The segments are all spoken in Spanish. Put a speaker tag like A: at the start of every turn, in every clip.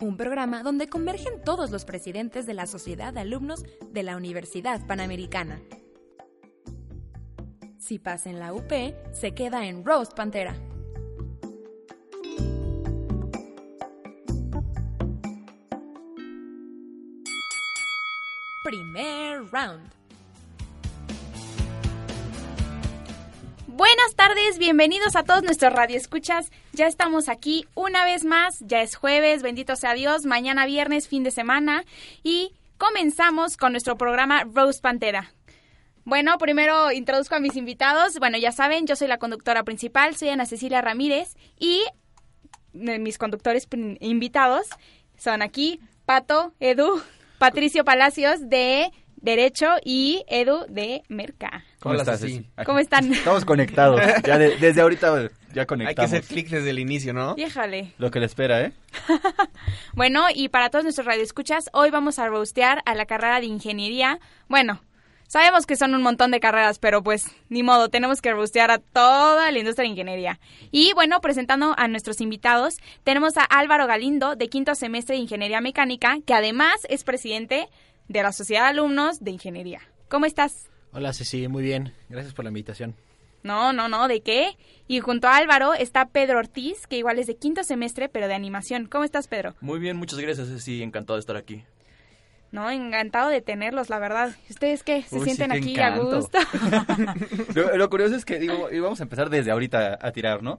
A: un programa donde convergen todos los presidentes de la Sociedad de Alumnos de la Universidad Panamericana. Si pasa en la UP, se queda en Rose Pantera. Primer round.
B: Buenas tardes, bienvenidos a todos nuestros radioescuchas. Ya estamos aquí una vez más, ya es jueves, bendito sea Dios, mañana viernes, fin de semana y comenzamos con nuestro programa Rose Pantera. Bueno, primero introduzco a mis invitados. Bueno, ya saben, yo soy la conductora principal, soy Ana Cecilia Ramírez y mis conductores prin- invitados son aquí Pato, Edu, Patricio Palacios de Derecho y Edu de Merca.
C: ¿Cómo
D: Hola,
C: estás,
D: Ceci?
C: Ceci?
B: ¿Cómo están?
C: Estamos conectados. Ya de- desde ahorita ya
D: Hay
C: conectamos.
D: que hacer clic desde el inicio, ¿no?
B: Híjole.
C: Lo que le espera, ¿eh?
B: Bueno, y para todos nuestros radioescuchas, hoy vamos a roastear a la carrera de ingeniería. Bueno, sabemos que son un montón de carreras, pero pues ni modo, tenemos que roastear a toda la industria de ingeniería. Y bueno, presentando a nuestros invitados, tenemos a Álvaro Galindo, de quinto semestre de Ingeniería Mecánica, que además es presidente de la Sociedad de Alumnos de Ingeniería. ¿Cómo estás?
E: Hola Ceci, muy bien. Gracias por la invitación.
B: No, no, no, ¿de qué? Y junto a Álvaro está Pedro Ortiz, que igual es de quinto semestre, pero de animación. ¿Cómo estás, Pedro?
F: Muy bien, muchas gracias, sí, encantado de estar aquí.
B: No, encantado de tenerlos, la verdad. ¿Ustedes qué? ¿Se
D: Uy, sí,
B: sienten
D: te
B: aquí
D: encanto.
B: a gusto?
C: Lo, lo curioso es que, digo, íbamos a empezar desde ahorita a tirar, ¿no?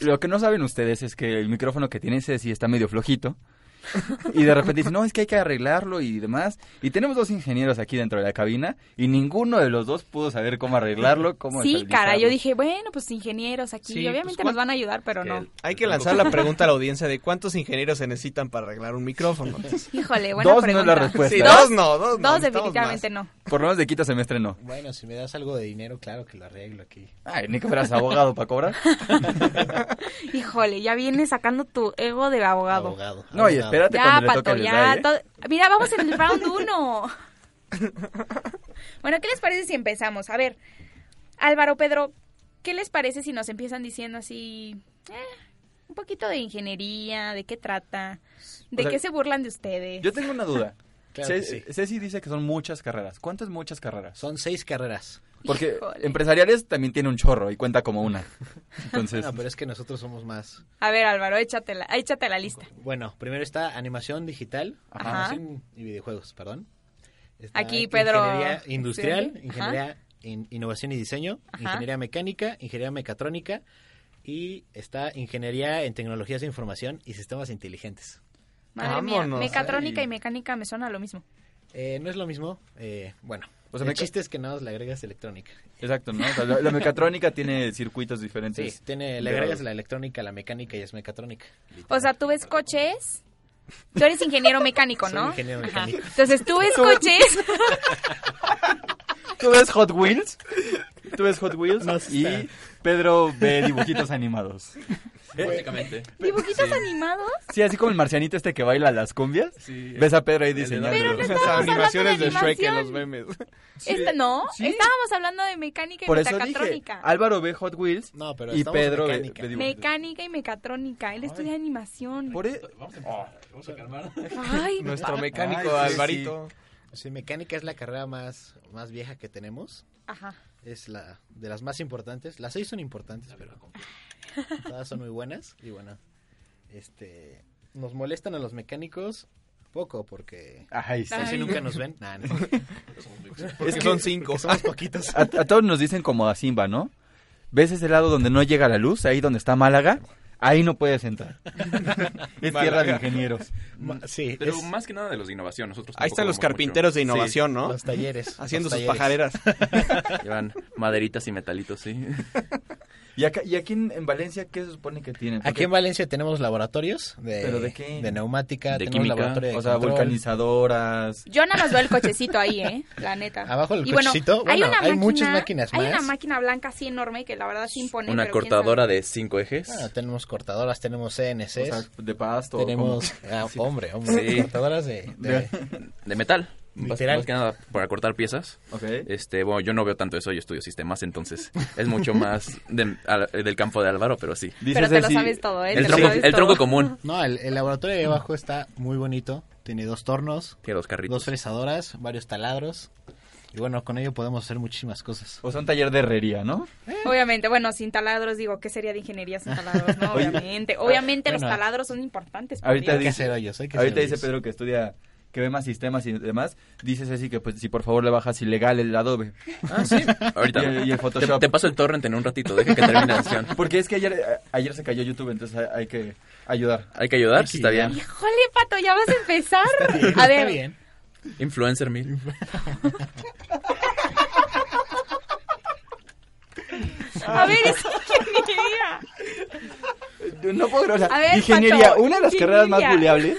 C: Lo que no saben ustedes es que el micrófono que tiene Ceci está medio flojito. Y de repente dice, no, es que hay que arreglarlo y demás. Y tenemos dos ingenieros aquí dentro de la cabina y ninguno de los dos pudo saber cómo arreglarlo, cómo
B: sí, cara, yo
C: estabilizarlo.
B: dije, bueno, pues ingenieros aquí,
D: Sí,
B: obviamente
D: pues,
B: nos van a ayudar, pero no.
D: Hay que lanzar la pregunta a la audiencia de cuántos ingenieros se necesitan para arreglar un micrófono.
B: Híjole, buena
C: Dos no es la
B: pregunta.
C: respuesta.
D: Sí,
B: dos,
D: dos no, dos no,
B: dos
D: necesitamos
B: definitivamente no.
C: Por lo menos de quita semestre no.
E: Bueno, si me das algo de dinero, claro que lo arreglo aquí.
C: Ay, ni que fueras abogado para cobrar.
B: Híjole, ya vienes sacando tu ego de abogado.
E: Abogado.
C: No, y
E: abogado.
C: espérate
B: Ya,
C: cuando le toque
B: Pato,
C: el
B: ya.
C: SDAI, ¿eh?
B: todo- Mira, vamos en el round uno. bueno, ¿qué les parece si empezamos? A ver, Álvaro, Pedro, ¿qué les parece si nos empiezan diciendo así eh, un poquito de ingeniería, de qué trata, de
C: sea,
B: qué se burlan de ustedes?
C: Yo tengo una duda.
E: Claro que
C: Ceci,
E: sí.
C: Ceci dice que son muchas carreras. ¿Cuántas muchas carreras?
E: Son seis carreras.
C: Porque
B: Híjole.
C: empresariales también tiene un chorro y cuenta como una. Entonces,
E: No, Ah, pero es que nosotros somos más.
B: A ver, Álvaro, échate la, échate la lista.
E: Bueno, primero está animación digital
B: Ajá.
E: animación y videojuegos, perdón. Está
B: Aquí, Pedro.
E: Ingeniería industrial,
B: Ajá.
E: ingeniería in- innovación y diseño,
B: Ajá.
E: ingeniería mecánica, ingeniería mecatrónica y está ingeniería en tecnologías de información y sistemas inteligentes.
B: Madre mía,
D: Vámonos,
B: mecatrónica
D: ay.
B: y mecánica me suena lo mismo.
E: Eh, no es lo mismo, eh, bueno,
C: O sea,
E: el
C: meca-
E: chiste es que nada más le agregas electrónica.
C: exacto, ¿no? O sea, la, la mecatrónica tiene circuitos
E: Sí,
C: diferentes.
E: tiene, le
C: de-
E: agregas la electrónica, la mecánica y es mecatrónica.
B: O sea, tú ves coches. Tú eres ingeniero mecánico,
E: Soy
B: ¿no?
E: ingeniero
B: Ajá.
E: mecánico.
B: Entonces tú ves coches.
C: Tú ves Hot Wheels. Tú ves Hot Wheels.
E: No sé.
C: y Pedro ve dibujitos animados. Eh,
F: Prácticamente.
B: ¿Dibujitos animados?
C: Sí, así como el marcianito este que baila las cumbias.
F: Sí.
C: Ves a Pedro ahí
B: Pero
C: diseñando.
B: no
D: Esas
B: estamos hablando
D: animaciones
B: de
D: de Shrek en
B: animación.
D: los memes.
B: Esta- no,
C: Sí.
B: estábamos hablando de mecánica y
C: Por eso dije, ah,
B: mecatrónica.
C: Álvaro ve Hot Wheels
E: No, pero
C: y
E: estamos en
C: Pedro ve,
E: mecánica.
C: ve dibujitos.
B: Mecánica y mecatrónica. Él estudia animación.
C: Por e-
B: Ay,
D: Nuestro mecánico
C: Ay, sí,
D: Alvarito.
E: Sí, mecánica es la carrera más, más vieja que tenemos.
B: ajá.
E: Es la de las más importantes. Las seis son importantes, pero todas son muy buenas. Y bueno, este, nos molestan a los mecánicos poco porque
C: Ay, sí.
E: casi
B: Ay.
E: nunca nos ven. Nah, no.
D: Es que son cinco.
E: somos poquitos.
C: A, a todos nos dicen como a Simba, ¿no? ¿Ves ese lado donde no llega la luz? Ahí donde está Málaga. Ahí no puedes entrar. es tierra de
D: Málaga.
C: ingenieros.
E: Ma- Sí,
F: Pero
E: es
F: más que nada de los de innovación. Nosotros
D: Ahí están
F: tampoco
D: los
F: vemos
D: carpinteros de innovación, ¿no?
E: los talleres.
D: Haciendo
E: los
D: sus
E: talleres.
D: pajareras.
F: mucho. Llevan maderitas y metalitos, sí.
C: ¿Y, acá, y aquí en, en Valencia qué se supone que tienen?
E: Aquí en Valencia tenemos laboratorios de,
C: ¿Pero de qué?
E: neumática,
F: ¿De
E: tenemos
F: química?
E: laboratorio de
C: O sea,
E: control.
C: vulcanizadoras.
B: Yo nada más veo el cochecito ahí, ¿eh? La neta.
E: Abajo del cochecito, bueno, hay muchas máquinas
B: Hay una
E: más.
B: máquina blanca así enorme que la verdad sí impone.
F: Una
B: pero quién
F: cortadora de cinco ejes.
E: Ah, tenemos cortadoras, tenemos CNCs,
C: O sea, de pasto.
E: tenemos...
C: ¿cómo?
E: Ah, hombre, hombre,
F: Sí.
E: cortadoras de... de-
F: De metal. Más-
E: Literal.
F: Más que nada para cortar piezas.
C: Ok.
F: Este, bueno, yo no veo tanto eso, yo estudio sistemas, entonces es mucho más de- al- del campo de Álvaro, pero sí.
B: sabe.
C: Dices
B: Pero te lo
C: así,
B: sabes todo, ¿eh?
F: El
B: Te lo
F: tronco,
B: sabes
F: el tronco
B: todo.
F: común.
E: No, el, el laboratorio de abajo está muy bonito, tiene dos tornos,
F: Tiene los carritos.
E: dos fresadoras, varios taladros, y bueno, con ello podemos hacer muchísimas cosas.
C: O sea, un taller de herrería, ¿no?
B: Obviamente, bueno, sin taladros, digo, ¿qué sería de ingeniería sin taladros? No,
C: Oye.
B: obviamente. Obviamente los
E: Bueno.
B: taladros son importantes. por
C: Ahorita
B: Dios.
E: Hay que
C: dice-
E: hacer hoyos, hay que
C: Ahorita
E: hacer
C: dice
E: hoyos.
C: Pedro que estudia, que ve más sistemas y demás. Dices así que pues si por favor le bajas ilegal el Adobe.
E: Ah, sí.
F: Ahorita.
C: Y el- y el Photoshop.
F: Te, te paso el torrent en un ratito, deja que termine la canción.
C: Porque es que ayer, eh, ayer se cayó YouTube, entonces hay- hay que ayudar.
F: Hay que ayudar,
E: Hay que
F: sí, está
E: ayudar.
F: bien.
B: Híjole, Pato, ya vas a empezar. a
E: Está
B: ver,
E: bien.
F: Influencer mil.
B: a ver, es ingeniería.
C: Eh, No puedo creer, o sea,
B: A ver,
C: ingeniería,
B: Pato,
C: una de las carreras más
B: ingeniería.
C: buleables,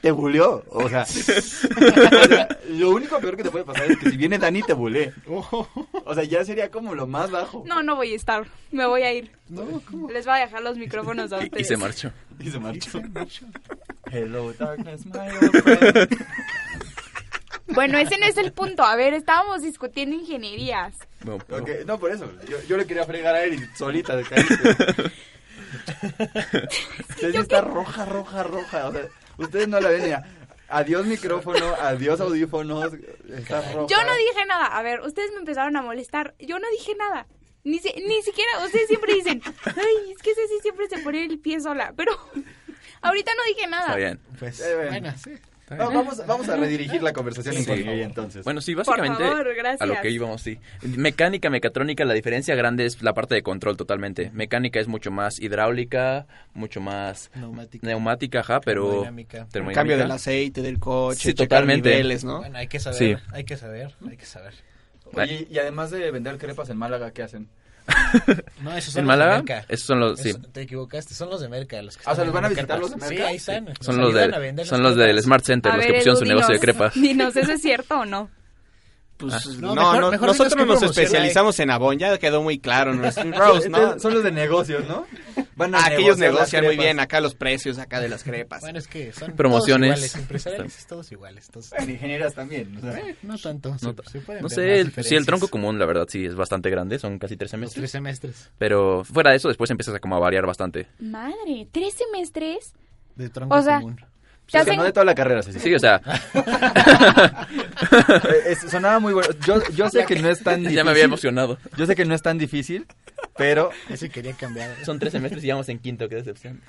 C: te buleó. O sea, o sea, lo único peor que te puede pasar es que si viene Dani te bulee. O sea, ya sería como lo más bajo.
B: No, no voy a estar. Me voy a ir.
E: No, ¿cómo?
B: Les voy a dejar los micrófonos a
F: Y, y
B: ustedes.
F: se marchó.
C: Y se marchó. Hello, darkness, my old friend.
B: Bueno, ese no es el punto. A ver, estábamos discutiendo ingenierías.
F: Bueno,
C: Ok, no, por eso. Yo, yo le quería fregar a él y solita de caerse. Usted sí está roja, roja, roja. O sea, ustedes no la ven ya. Adiós micrófono, adiós audífonos. Está roja.
B: Yo no dije nada. A ver, ustedes me empezaron a molestar. Yo no dije nada. Ni, si- ni siquiera, ustedes siempre dicen, ay, es que ese sí siempre se pone el pie sola. Pero ahorita no dije nada.
F: está bien.
E: Pues,
C: Eh, bueno.
E: bueno, sí.
C: No, vamos, vamos a redirigir la conversación en
F: Sí.
C: ingeniería entonces.
F: Bueno, sí, básicamente
B: Por favor, gracias.
F: a lo que íbamos, sí. Mecánica, mecatrónica, la diferencia grande es la parte de control totalmente. Mecánica es mucho más hidráulica, mucho más
E: Neumática.
F: neumática, ajá, pero
E: Termodinámica.
D: El
F: termodinámica.
D: cambio del aceite, del coche,
F: Sí,
D: checar
F: totalmente.
D: niveles, ¿no?
E: Bueno, hay que saber,
F: Sí.
E: hay que saber, hay que saber.
C: Oye, y además de vender crepas en Málaga, ¿qué hacen?
E: No, esos son
F: En
E: los de
F: Málaga,
E: Merca.
F: esos son los, sí,
E: Esos- Te equivocaste, son los de Merca los que
C: Ah, o sea,
E: están
C: ¿los van a
E: vendiendo
C: visitar
E: carpas.
C: los de Merca?
E: Sí, ahí están. nos
F: son los,
E: ayudan a vender
F: de,
E: las
F: son los
E: carpas.
F: del Smart Center,
B: A
F: los
B: ver,
F: que pusieron su
B: Edu,
F: negocio de
B: dinos-
F: crepas.
B: Dinos, ¿eso es cierto o no?
D: Pues
E: No,
D: no,
E: mejor-
D: no-
E: mejor dinos qué
D: nosotros nos
E: promoción hay.
D: especializamos en Avon, ya quedó muy claro, ¿no? Es un Rose, ¿no?
C: Entonces, Son los de negocios, ¿no? Van
D: Ah, que
C: negociar
D: ellos
C: las
D: negocian muy
C: crepas.
D: bien acá los precios acá de las crepas.
E: Bueno, es que son
F: Promociones.
E: todos iguales, empresariales, todos iguales. todos-
C: En ingenieras también. o sea.
E: Eh, no tanto, se- se pueden
F: No
E: ver
F: sé,
E: más
F: el- sí, el tronco
E: diferencias.
F: común, la verdad, sí, es bastante grande, son casi tres
E: Los tres
F: semestres.
E: semestres
F: Pero fuera de eso, después empiezas a como a variar bastante.
B: Madre, ¿tres semestres?
E: de tronco
B: O sea,
E: común.
F: Pues
B: ¿Te
C: O sea,
B: hacen-
C: no de toda la carrera, sí, sí.
F: Sí, o sea,
C: Eh, es- sonaba muy bueno. Yo, yo sé que no es tan difícil.
F: ya me había emocionado.
C: Yo sé que no es tan difícil, pero
E: Ese quería cambiar.
F: Son tres semestres y vamos en quinto, qué decepción.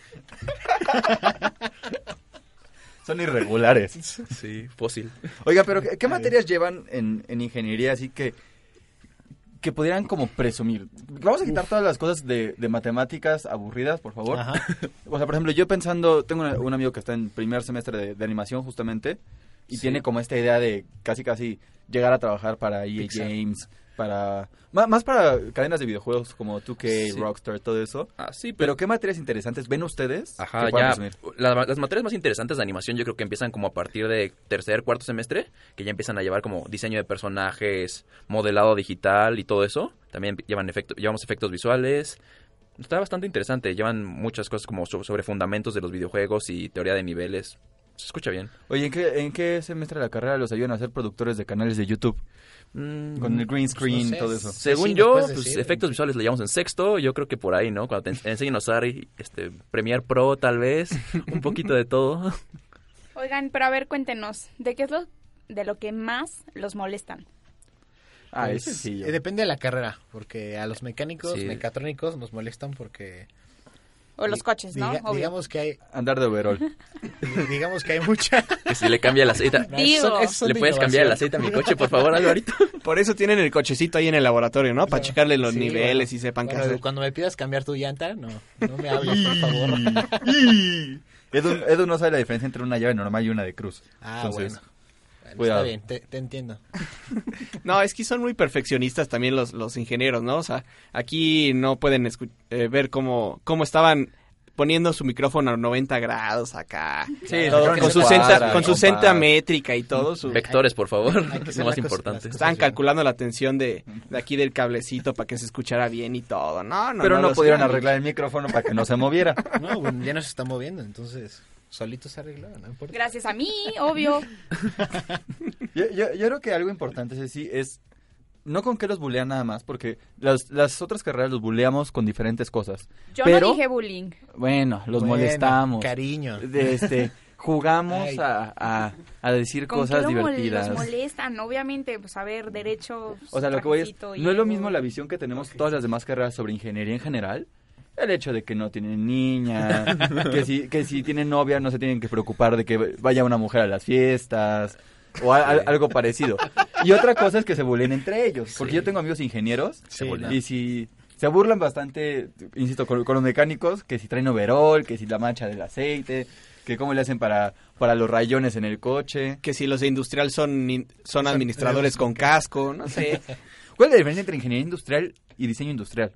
C: son irregulares.
F: Sí, fósil.
C: Oiga, pero ¿qué, qué materias llevan en, en ingeniería así que que pudieran como presumir? Vamos a quitar todas las cosas de, de matemáticas aburridas, por favor.
E: Ajá.
C: O sea, por ejemplo, yo pensando, tengo una- un amigo que está en primer semestre de, de animación justamente y tiene como esta idea de casi casi llegar a trabajar para EA
E: Pixar.
C: Games, para ma- más para cadenas de videojuegos como 2K,
F: Sí.
C: Rockstar, todo eso.
F: Ah, sí,
C: Pero qué materias interesantes ven ustedes?
F: Ajá,
C: que puedan
F: ya.
C: presumir?
F: la- las materias más interesantes de animación yo creo que empiezan como a partir de tercer, cuarto semestre, que ya empiezan a llevar como diseño de personajes, modelado digital y todo eso. También llevan efecto, llevamos efectos visuales. Está bastante interesante. Llevan muchas cosas como so- sobre fundamentos de los videojuegos y teoría de niveles. Se escucha bien.
C: Oye, ¿en qué, ¿en qué semestre de la carrera los ayudan a ser productores de canales de YouTube?
F: Mm,
C: Con el green screen,
E: pues no sé,
C: todo eso.
F: Según
E: Sí, nos
F: yo,
E: puedes
F: pues,
E: decir.
F: efectos visuales le llamamos en sexto, yo creo que por ahí, ¿no? Cuando te ens- enseñan a usar este, Premiere Pro, tal vez, un poquito de todo.
B: Oigan, pero a ver, cuéntenos, ¿de qué es lo, de lo que más los molestan?
C: Ah, es
E: Pues,
C: sencillo.
E: eh, Depende de la carrera, porque a los mecánicos,
F: Sí.
E: mecatrónicos nos molestan porque
B: O los coches, ¿no?
E: diga-
B: Obvio.
E: digamos que hay
C: Andar de overall.
E: digamos que hay mucha
F: Que si le cambia el aceite.
E: No, esos son-
B: Digo.
E: esos son
F: ¿Le
E: de
F: puedes cambiar el
E: innovación.
F: aceite a mi coche, por favor, Alvarito?
D: Por eso tienen el cochecito ahí en el laboratorio, ¿no? Para checarle los
E: Sí,
D: niveles
E: bueno.
D: y sepan
E: Bueno,
D: qué hacer.
E: Cuando me pidas cambiar tu llanta, no, no me hables, por favor.
C: Edu, Edu no sabe la diferencia entre una llave normal y una de cruz.
E: Ah,
C: Entonces,
E: bueno. Bueno,
C: Cuidado.
E: Está bien, te, te entiendo.
D: No, es que son muy perfeccionistas también los, los ingenieros, ¿no? O sea, aquí no pueden escu- eh, ver cómo, cómo estaban poniendo su micrófono a 90 grados acá.
C: Sí,
D: Todo
C: sacaron
D: con su,
C: el
D: centa,
C: cuadra,
D: con su
C: compadre.
D: centa métrica y todo. Su,
F: Vectores, por favor,
E: hay que
F: es
E: hacer
F: lo más
E: las cosas-
F: importante.
E: las cosas.
D: estaban calculando la tensión de, de aquí del cablecito para que se escuchara bien y todo. No, no,
C: Pero no,
D: los-
C: pudieron arreglar el micrófono para que no se moviera.
E: No, bueno, ya no se está moviendo, entonces solito se arreglaron, no importa.
B: Gracias a mí, obvio.
C: Yo, yo- yo creo que algo importante, Ceci, es no con que los bulean nada más, porque las, las otras carreras los buleamos con diferentes cosas.
B: Yo
C: Pero-
B: no dije bullying.
C: Bueno, los
E: Bueno,
C: molestamos.
E: Cariño.
C: De este, jugamos
E: Ay.
C: a, a- a decir
B: Con
C: cosas
B: que lo mol-
C: divertidas.
B: los molestan, obviamente, pues a ver, derecho. pues,
C: O sea, lo que voy es,
B: trajecito y
C: no es lo
B: todo.
C: mismo la visión que tenemos todas las demás carreras sobre ingeniería en general. El hecho de que no tienen niña, que si, que si tienen novia no se tienen que preocupar de que vaya una mujer a las fiestas o a- a- algo parecido. Y otra cosa es que se burlen entre ellos, porque yo tengo amigos ingenieros
E: Sí,
F: burlan.
C: y si se burlan bastante, insisto, con, con los mecánicos, que si traen overol, que si la mancha del aceite, que cómo le hacen para, para los rayones en el coche.
D: Que si los de industrial son, in- son administradores con casco, no sé.
C: ¿Cuál es la diferencia entre ingeniería industrial y diseño industrial?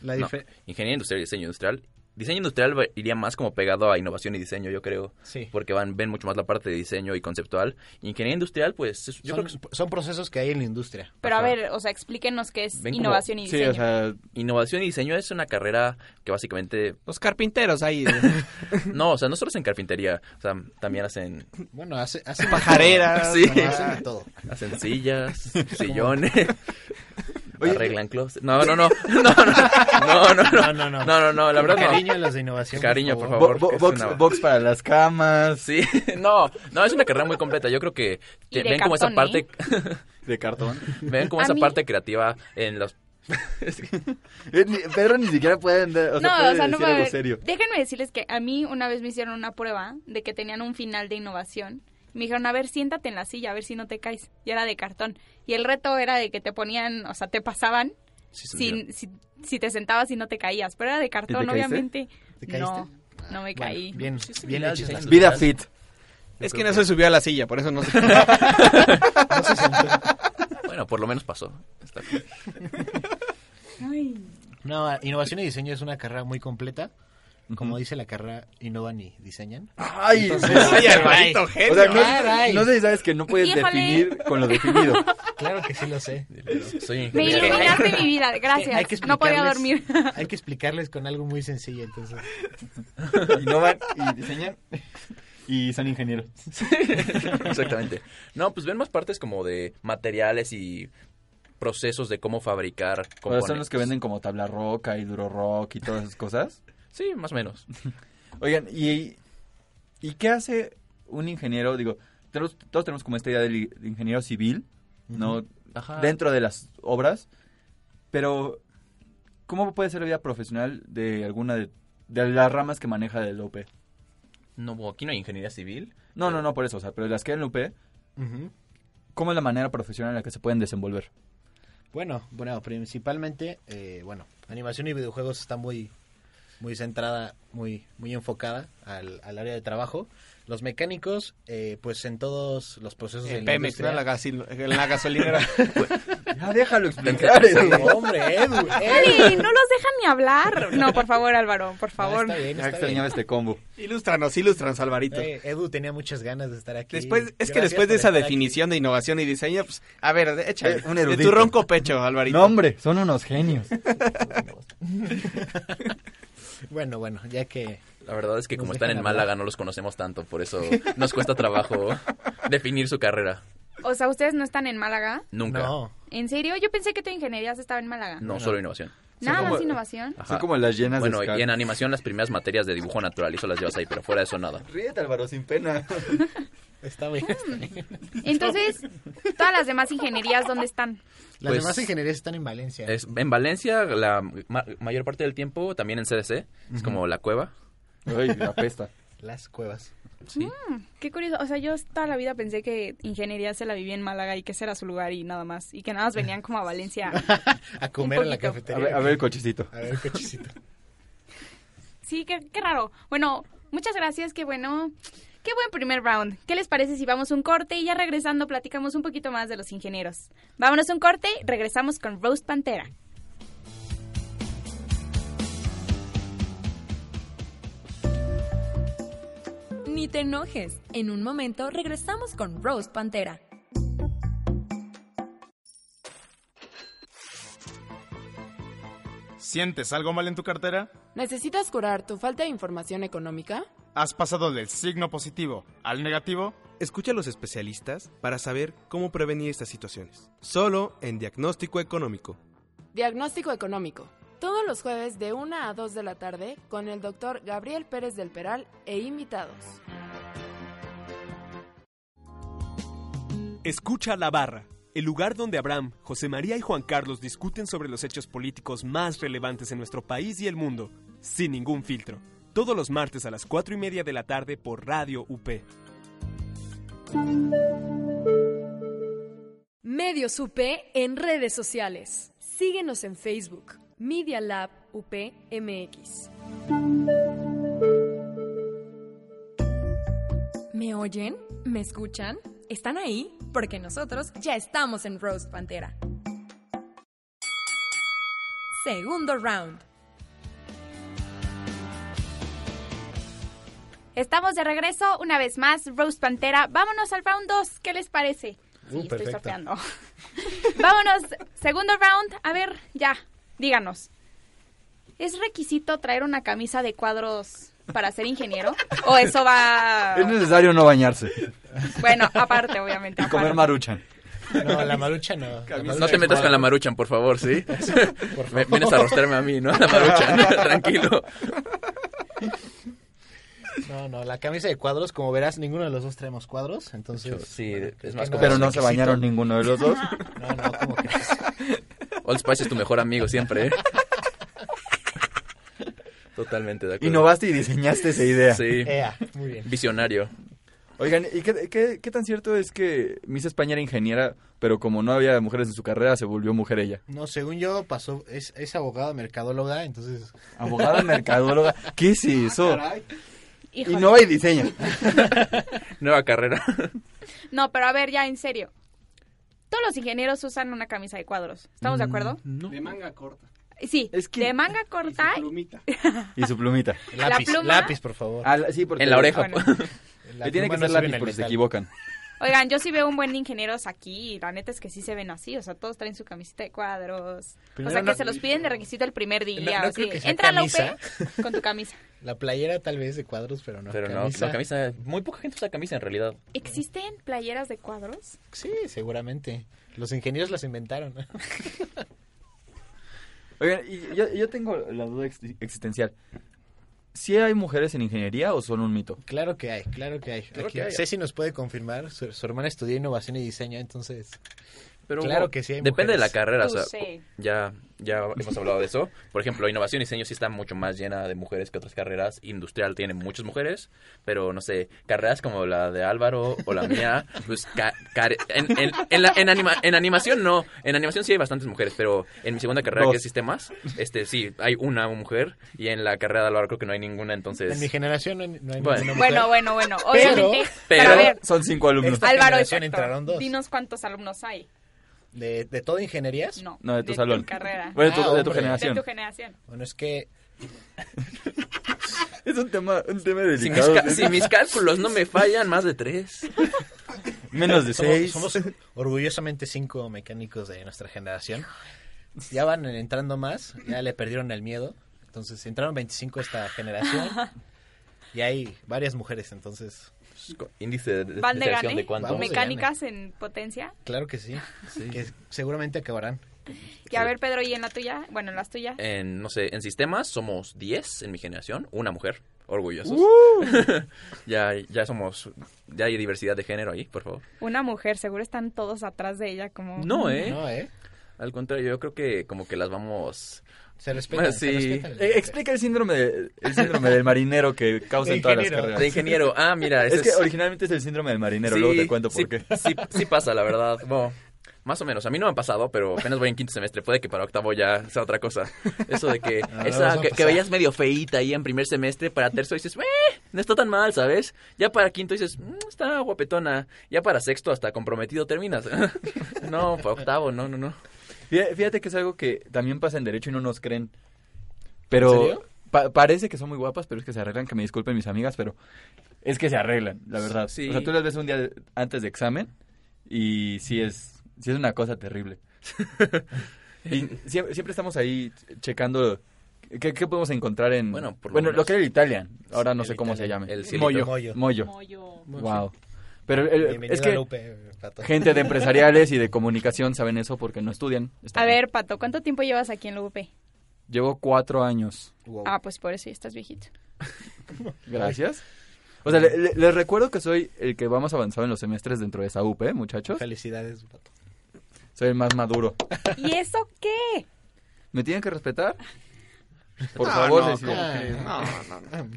E: La
F: No,
E: dife-
F: ingeniería industrial y diseño industrial. Diseño industrial va- iría más como pegado a innovación y diseño, yo creo.
E: Sí.
F: Porque van, ven mucho más la parte de diseño y conceptual. Ingeniería industrial, pues, es- yo
E: son,
F: creo que es
E: son procesos que hay en la industria.
B: Pero a
F: Ajá.
B: ver, o sea, explíquenos qué es
F: Ven como-
B: innovación y
C: Sí,
B: diseño.
C: o sea,
F: Innovación y diseño es una carrera que básicamente...
D: Los carpinteros ahí,
F: No, o sea, no solo es en carpintería. O sea, también hacen,
E: Bueno, hace, hace
D: pajareras.
F: Sí.
E: no, hacen de todo.
F: hacen sillas, sillones,
C: Oye,
F: arreglan closets. No, no, no. No, no, no, no. No, no, no. la verdad no.
E: Cariño a los de innovación.
F: Cariño, por favor.
C: Bo- bo-
F: que es
C: box,
F: una-
C: box para las camas,
F: Sí, no, no, es una carrera muy completa. Yo creo que
B: Y de
F: ven como esa
B: cartón, ¿eh?
F: parte,
C: de cartón.
F: ven como
B: A
F: esa
B: mí-
F: parte creativa en los
C: Eh, ni- Pedro ni siquiera puede andar, o sea, puede decir
B: puede
C: algo
B: haber-
C: serio.
B: Déjenme decirles que a mí una vez me hicieron una prueba de que tenían un final de innovación. Me dijeron, a ver, siéntate en la silla, a ver si no te caes. Y era de cartón. Y el reto era de que te ponían, o sea, te pasaban
F: Sí, señor.
B: si, si, si te sentabas y no te caías. Pero era de cartón,
C: caíste?
B: obviamente.
E: ¿Te caíste?
B: No, no me
E: Bueno,
B: caí.
E: bien,
F: Sí, sí,
E: bien
F: mira,
E: hechas
F: sí,
E: las-
F: sí.
C: Vida fit.
D: Es que no se subió a la silla, por eso no se...
F: Bueno, por lo menos pasó. Está bien.
B: Ay.
E: No, innovación y diseño es una carrera muy completa. Como dice la carrera, innovan y diseñan.
C: Ay,
D: Ay, Alvarito,
C: o
D: genio.
C: sea, no,
E: Caray.
C: no sé si sabes que no puedes
B: Híjole.
C: definir con lo definido.
E: Claro que sí lo sé.
F: Soy
B: Me
F: ingeniero.
B: iluminaste mi vida, gracias. no podía dormir.
E: explicarles- Hay que explicarles con algo muy sencillo, entonces.
C: Innovan y diseñan y son ingenieros.
F: Exactamente. No, pues ven más partes como de materiales y procesos de cómo fabricar
C: O sea,
F: componentes.
C: son los que venden como tabla roca y duro rock y todas esas cosas.
F: Sí, más o menos.
C: Oigan, ¿y, y qué hace un ingeniero? Digo, todos, todos tenemos como esta idea del i- ingeniero civil, ¿no?
F: Ajá.
C: dentro de las obras, pero ¿cómo puede ser la vida profesional de alguna de, de las ramas que maneja el UP?
F: No, aquí no hay ingeniería civil.
C: No, no, no, por eso, o sea, pero las que hay en la UP,
E: Ujú.
C: ¿cómo es la manera profesional en la que se pueden desenvolver?
E: Bueno, bueno, principalmente, eh, bueno, animación y videojuegos está muy, muy centrada, muy, muy enfocada al, al área de trabajo. Los mecánicos, eh, pues en todos los procesos de
D: El
E: la
D: Pemex, ¿no?
E: industria.
D: La, gasil- la gasolinera.
C: Ya déjalo explicar,
E: No, hombre, Edu, Edu.
B: Ay, no los dejan ni hablar. No, por favor, Álvaro, por favor.
E: No, está bien,
C: Ya
E: está bien.
C: extrañaba este combo.
D: ilústranos, ilústranos, Alvarito.
E: Eh, Edu tenía muchas ganas de estar aquí.
D: Después, es que
E: Gracias
D: después de
E: por
D: esa
E: estar aquí.
D: definición de innovación y diseño, pues, a ver, de- échale.
C: Eh, un
D: de
C: erudito.
D: tu ronco pecho, Alvarito.
C: No, hombre, son unos genios.
E: Bueno, bueno, ya que
F: La verdad es que
E: Nos
F: como están
E: dejan
F: en
E: hablar.
F: Málaga no los conocemos tanto, por eso nos cuesta trabajo definir su carrera.
B: O sea, ¿ustedes no están en Málaga?
F: Nunca. No,
E: No,
B: ¿En serio? Yo pensé que tu ingeniería estaba en Málaga.
F: solo innovación.
B: Nada
C: como-
B: más innovación.
F: Ajá.
C: Son como las llenas
F: Bueno,
C: de ska.
F: y en animación las primeras materias de dibujo natural y eso las llevas ahí, pero fuera de eso nada.
C: Ríete, Álvaro, sin pena.
E: está bien. está bien.
B: Entonces, todas las demás ingenierías, ¿dónde están?
E: Las
F: Pues-
E: demás ingenierías están en Valencia.
F: Es- en Valencia la ma- mayor parte del tiempo, también en CDC, es como la cueva.
C: Ay, la pesta.
E: Las cuevas.
F: Sí.
B: Qué curioso. O sea, yo toda la vida pensé que ingeniería se la vivía en Málaga y que ese era su lugar y nada más. Y que nada más venían como a Valencia.
E: A comer en la
B: poquito.
C: A
E: cafetería.
C: ver, a ver el cochecito.
E: A ver, cochecito.
B: Sí, qué, qué raro. Bueno, muchas gracias. Qué bueno. Qué buen primer round. ¿Qué les parece si vamos un corte y ya regresando platicamos un poquito más de los ingenieros? Vámonos un corte, regresamos con Roast Pantera.
A: Ni te enojes. En un momento regresamos con Rose Pantera.
G: ¿Sientes algo mal en tu cartera?
H: ¿Necesitas curar tu falta de información económica?
G: ¿Has pasado del signo positivo al negativo?
I: Escucha a los especialistas para saber cómo prevenir estas situaciones. Solo en Diagnóstico Económico.
H: Diagnóstico económico. Todos los jueves de 1 a 2 de la tarde con el doctor Gabriel Pérez del Peral e invitados.
J: Escucha La Barra, el lugar donde Abraham, José María y Juan Carlos discuten sobre los hechos políticos más relevantes en nuestro país y el mundo, sin ningún filtro. Todos los martes a las 4 y media de la tarde por Radio UP.
K: Medios UP en redes sociales. Síguenos en Facebook, Media Lab UP MX.
A: ¿Me oyen? ¿Me escuchan? ¿Están ahí? Porque nosotros ya estamos en Rose Pantera. Segundo round.
B: Estamos de regreso una vez más, Roast Pantera. Vámonos al round 2, ¿qué les parece?
E: Uh,
B: estoy
E: perfecto.
B: sorteando. Vámonos, segundo round. A ver, ya, díganos. ¿Es requisito traer una camisa de cuadros para ser ingeniero? ¿O eso va...?
C: Es necesario no bañarse
B: Bueno, aparte, obviamente.
C: y comer
B: aparte.
C: maruchan.
E: No, la marucha no. La
F: No
E: marucha
F: te
E: es
F: metas con la
E: mala.
F: maruchan, por favor, ¿sí? Me- Vienes a rostrarme a mí, ¿no? A la maruchan, tranquilo.
E: No, no, la camisa de cuadros, como verás, ninguno de los dos traemos cuadros, entonces...
F: Sí,
E: bueno,
F: es
E: creo
F: más
E: que
F: como-
C: Pero no
E: es
C: se bañaron
E: requisito.
C: ninguno de los dos.
E: No, no, ¿cómo crees?
F: Old Spice es tu mejor amigo siempre, ¿eh? Totalmente de acuerdo. Eh,
C: Innovaste y diseñaste esa idea.
F: Sí,
E: Ea, muy bien.
F: visionario.
C: Oigan, ¿y qué, qué- qué tan cierto es que Miss España era ingeniera, pero como no había mujeres en su carrera, se volvió mujer ella?
E: No, según yo, pasó, es, es abogada mercadóloga, entonces...
C: Abogada mercadóloga. ¿Qué es eso?
B: Híjole. no...
C: Innova y diseña.
F: Nueva carrera.
B: pero a ver, ya, en serio. Todos los ingenieros usan una camisa de cuadros. ¿Estamos de
E: Mm.
B: acuerdo?
D: De manga corta.
B: Sí,
C: Es que-
B: de manga corta.
D: Plumita.
C: Y su plumita.
B: La
E: Lápiz,
B: pluma.
E: lápiz, por favor.
C: sí, porque
F: En la oreja.
B: Bueno.
E: La
C: Le tiene Ah, que ser
E: pluma no sirve en
C: lápiz
E: el
C: porque se
E: metal.
C: equivocan.
B: Oigan, yo sí veo un buen ingenieros aquí y la neta es que sí se ven así, o sea, todos traen su camiseta de cuadros. o
E: Primero
B: sea, que
E: no-
B: se los piden de requisito el primer día.
E: No- no
B: o
E: creo
B: sí.
E: que sea
B: Entra a la UP
E: camisa.
B: con tu camisa.
E: La playera tal vez de cuadros, pero no.
F: Pero no, no, camisa. Muy poca gente usa camisa en realidad.
B: ¿Existen playeras de cuadros?
E: Sí, seguramente. Los ingenieros las inventaron.
C: Oigan, y yo, yo tengo la duda ex- existencial. ¿Sí hay mujeres en ingeniería o son un mito?
E: claro que hay, claro que hay. Aquí Ceci nos puede confirmar. Su, su hermana estudió innovación y diseño, entonces...
F: Pero
E: Claro
F: bueno,
E: que sí hay
F: Depende de la
E: mujeres.
F: carrera, o sea,
B: Pues sí.
F: ya, ya hemos hablado de eso. Por ejemplo, innovación y diseño sí está mucho más llena de mujeres que otras carreras. Industrial tiene muchas mujeres, pero no sé, carreras como la de Álvaro o la mía, pues ca- care- en, en- en la- en anima- en animación no, en animación sí hay bastantes mujeres, pero en mi segunda carrera
C: Dos.
F: que es sistemas, este sí, hay una mujer y en la carrera de Álvaro creo que no hay ninguna,
E: En mi
F: entonces...
E: generación no hay, no hay
F: Bueno.
E: ninguna mujer.
B: Bueno, bueno, bueno. Obviamente.
F: pero-
B: a ver,
C: Son cinco alumnos.
E: Esta
B: Álvaro,
E: generación
B: exacto,
E: entraron dos.
B: dinos cuántos alumnos hay.
E: ¿De, de todo ingenierías?
B: No,
C: No, de tu salón.
B: carrera.
C: Bueno, de tu-
E: Ah,
C: de tu
E: hombre.
B: De
C: generación.
B: tu generación.
E: Bueno, es que
C: Es un tema, un tema
F: Si mis,
C: delicado.
F: ca- si mis cálculos no me fallan, más de tres.
C: Menos de
E: somos,
C: seis.
E: somos orgullosamente cinco mecánicos de nuestra generación. Ya van entrando más, ya le perdieron el miedo. Entonces entraron 25 esta generación y hay varias mujeres, entonces
F: Índice de, de,
B: Van de
F: deserción
B: gane.
F: de cuánto.
E: Vamos de
B: Mecánicas en potencia.
E: claro que sí, que seguramente acabarán.
B: Y a ver, Pedro, ¿y en la tuya? Bueno, en las tuyas.
F: en, no sé, en sistemas somos 10 en mi generación, una mujer, orgullosos. ya, ya somos, ya hay diversidad de género ahí, por favor.
B: Una mujer, seguro están todos atrás de ella como...
F: No, ¿eh?
E: No, ¿eh?
F: Al contrario, yo creo que como que las vamos...
E: Se respetan,
F: Bueno,
E: se
F: sí.
E: respetan.
C: Eh, explica el síndrome, de- el síndrome del marinero que causa en todas las
E: Ingeniero.
C: carreras.
F: De ingeniero, ah, mira, ese
C: Es que
F: es-
C: originalmente es el síndrome del marinero,
F: Sí,
C: luego te cuento por
F: sí,
C: qué.
F: Sí, sí pasa, la verdad. Bueno, Más o menos. A mí no me han pasado, pero apenas voy en quinto semestre. Puede que para octavo ya sea otra cosa. Eso de que,
L: Ah, vas
F: esa,
L: a
F: que, que
L: pasar.
F: veías medio feíta ahí en primer semestre, para tercero dices, "Eh, no está tan mal, ¿sabes? Ya para quinto dices, "Mm, está guapetona. Ya para sexto hasta comprometido terminas. no, para octavo, no, no, no.
C: Fíjate fíjate que es algo que también pasa en derecho y no nos creen. Pero
F: ¿En serio?
C: pa- parece que son muy guapas, pero es que se arreglan, que me disculpen mis amigas, pero es que se arreglan, la verdad.
F: Sí.
C: O sea, tú las ves un día antes de examen y sí es sí es una cosa terrible. y siem- siempre, estamos ahí checando qué, qué podemos encontrar en
F: Bueno, por lo
C: bueno,
F: menos.
C: que era el Italian, ahora no sé cómo se llame.
F: El cielito.
C: Moyo.
F: Moyo.
C: Mollo. Wow. Pero el-
E: Bienvenido
C: es que
E: a la UP, Pato.
C: gente de empresariales y de comunicación saben eso porque no estudian. Está
B: A
C: bien.
B: ver, Pato, ¿cuánto tiempo llevas aquí en la UP?
C: Llevo cuatro años.
B: Ah, pues por eso ya estás viejito.
C: Gracias. O sea, le- le- les recuerdo que soy el que va más avanzado en los semestres dentro de esa UP, ¿eh, muchachos.
E: Felicidades, Pato.
C: Soy el más maduro.
B: ¿Y eso qué?
C: ¿Me tienen que respetar? Por
D: No,
C: favor,
D: no,
C: Cecilia.
D: ¿cómo crees? No, no, no.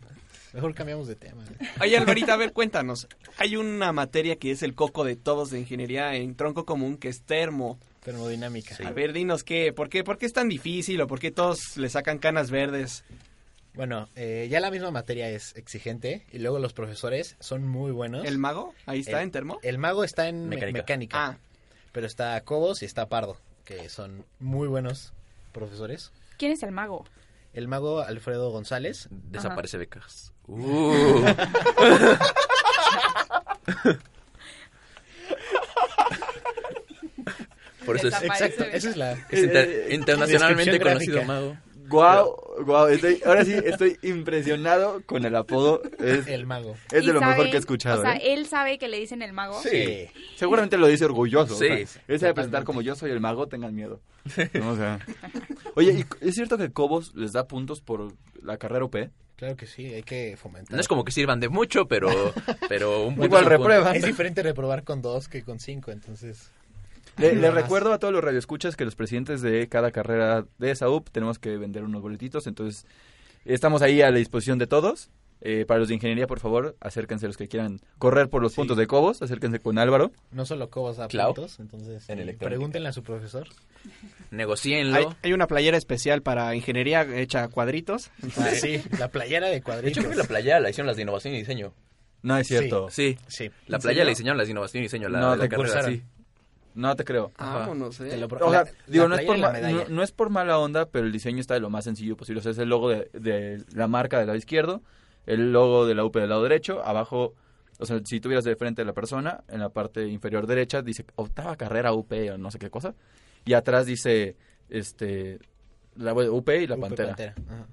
E: Mejor cambiamos de tema. ¿eh?
D: Oye, Alvarita, a ver, cuéntanos. Hay una materia que es el coco de todos de ingeniería en tronco común, que es termo.
E: Termodinámica.
D: A ver, dinos qué, ¿por qué, por qué es tan difícil o por qué todos le sacan canas verdes?
E: Bueno, eh, ya la misma materia es exigente y luego los profesores son muy buenos.
D: ¿El mago? Ahí está,
E: El-
D: en termo. Ah.
E: El mago está en me-
D: Mecánica.
E: mecánica. Pero está Cobos y está Pardo, que son muy buenos profesores.
B: ¿Quién es el mago?
E: El mago Alfredo González.
F: Desaparece becas.
E: Uh.
F: Por eso es- Desaparece
E: Exacto,
F: becas.
E: esa es la...
F: Es
C: Eh,
F: inter- internacionalmente
E: descripción
F: conocido
E: gráfica.
F: mago.
C: Guau, guau, estoy- ahora sí estoy impresionado con el apodo. Es,
E: el mago.
C: Es de
B: ¿Y
C: lo mejor
B: sabe-
C: que he escuchado.
B: O sea,
C: ¿eh?
B: él sabe que le dicen el mago.
C: Sí. Seguramente lo dice orgulloso.
F: Sí.
C: Sí. ese de presentar como yo soy el mago, tengan miedo. No, o sea. Oye, ¿y c- ¿es cierto que Cobos les da puntos por la carrera UP?
E: Claro que sí, hay que fomentar.
F: No es como que sirvan de mucho, pero, pero un punto
C: Igual
F: es un punto.
C: reprueba.
E: Es diferente reprobar con dos que con cinco, entonces...
C: Le, le
E: Nada más.
C: recuerdo a todos los radioescuchas que los presidentes de cada carrera de esa UP tenemos que vender unos boletitos, entonces estamos ahí a la disposición de todos. Eh, para los de ingeniería, por favor, acérquense los que quieran correr por los puntos de Cobos, acérquense con Álvaro.
E: No solo Cobos da
C: Clau.
E: puntos, entonces
C: En
E: eh,
C: electrónica.
E: pregúntenle a su profesor.
F: Negocienlo.
D: Hay, hay una playera especial para ingeniería hecha a cuadritos.
E: Ah, sí, la playera de
F: De hecho,
E: cuadritos.
F: creo que la playa la hicieron las de innovación y diseño.
C: No es cierto.
F: Sí.
E: Sí.
F: La
C: ¿En
F: playa
C: serio?
F: la diseñaron las de innovación y diseño, la,
C: no,
F: la
C: te
F: carrera, sí.
C: No te creo.
F: Ajá. Vámonos, eh. Te lo pro-
C: O sea,
F: la-
C: digo,
F: la
C: no es,
F: playera
C: por
F: y la
C: ma-
F: medalla.
C: no- no es por mala onda, pero el diseño está de lo más sencillo posible. O sea, es el logo de, de la marca del lado izquierdo, el logo de la UP del lado derecho, abajo, o sea, si tuvieras de frente a la persona, en la parte inferior derecha dice octava carrera UP o no sé qué cosa, y atrás dice, este, la UP y la
E: UP
C: pantera.
E: Pantera, ajá.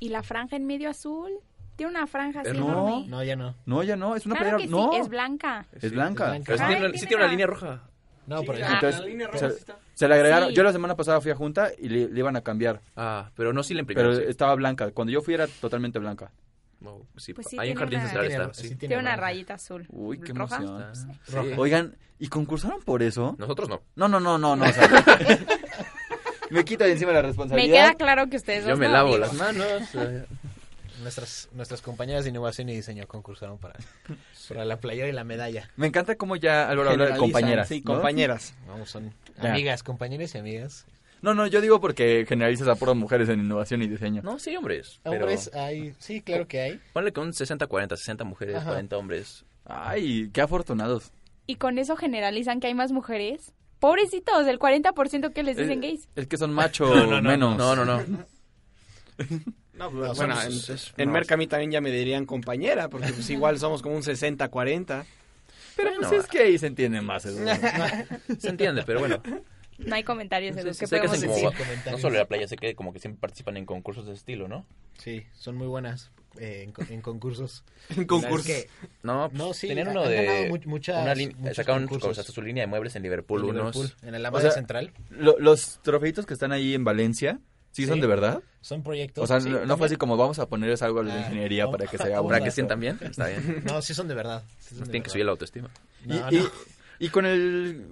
B: ¿Y la franja en medio azul? Tiene una franja así
C: Eh,
B: enorme.
E: No, ya no.
C: No, ya no, es una
B: claro
C: playera-
B: que
C: no.
B: sí, es blanca.
C: Es blanca.
F: Pero sí
B: Ay,
F: tiene, una- sí
B: tiene
F: tiene una
B: la-
F: línea roja.
E: No, por
F: la-
E: ejemplo.
F: Entonces, la línea roja
C: se,
F: sí está.
C: se le agregaron.
F: Sí.
C: Yo la semana pasada fui a junta y le, le iban a cambiar.
F: Ah, pero no sí la imprimieron,
C: Pero
F: sí.
C: estaba blanca. Cuando yo fui era totalmente blanca.
F: No, sí,
B: Pues sí,
F: hay un
B: tiene
F: jardín
B: una-
F: central,
B: Tiene-
F: está.
B: sí
F: sí.
B: tiene una rayita azul.
C: Uy, qué
B: ¿Roja?
C: emoción.
F: Sí. Roja.
C: Oigan, ¿y concursaron por eso?
F: Nosotros Ah. no.
C: No, no, no, no, no. o sea, me quito de encima la
B: Me
C: responsabilidad.
B: queda claro que ustedes dos no, digo.
F: eh,
E: Nuestras, nuestras compañeras de innovación y diseño concursaron para, para la playera y la medalla.
C: Me encanta cómo ya Álvaro habla de
E: Generalizan,
C: compañeras.
E: sí,
C: ¿no?
E: compañeras. Vamos, son
C: Ya.
E: amigas, compañeras y amigas.
C: No, no, yo digo porque generalizas a puras mujeres en innovación y diseño.
F: No, sí, hombres. Pero
E: Hombres hay, sí, claro que hay.
F: ponle que un 60-40, 60 mujeres,
E: Ajá.
F: 40 hombres.
C: Ay, qué afortunados.
B: Y con eso generalizan que hay más mujeres. Pobrecitos, el 40% que les dicen
C: Eh,
B: gays.
C: Es que son macho
F: No, no, no.
C: menos.
F: No, no, no.
D: No, pues,
F: No,
D: bueno,
F: somos-
D: en,
F: somos-
D: en
F: no.
D: Merca a mí también ya me dirían compañera, porque pues igual somos como un 60-40.
C: Pero
D: Bueno.
C: pues es que ahí se entiende más. eso.
F: Se entiende, pero bueno.
B: No hay comentarios de los que
F: Sé que
B: podemos
F: hacen como-
B: decir.
F: no solo en la playa, sé que como que siempre participan en concursos de ese estilo, ¿no?
E: Sí, son muy buenas eh, en, co- en concursos.
D: En
F: concursos.
E: La verdad es que-
F: No, pues,
E: no, sí,
F: tenían
E: han
F: uno
E: ganado
F: de...
E: mu- muchas-
F: una lin-
E: muchos
F: sacaron
E: concursos.
F: o sea, su línea de muebles en Liverpool,
E: En
F: unos...
E: Liverpool, en el Alameda Central.
C: lo- los trofeitos que están ahí en Valencia, ¿sí, son
E: Sí.
C: de verdad?
E: Son proyectos,
C: O sea,
E: sí,
C: no, no fue
E: también.
C: así como vamos a ponerles algo a la ingeniería para que se haga
F: ¿Para que
C: bonito.
F: sientan bien? Está bien.
E: No, sí son de verdad. sí son
F: Nos
E: de
F: tienen que
E: verdad.
F: subir la autoestima.
C: Y,
E: No,
C: y-
E: no.
C: y con el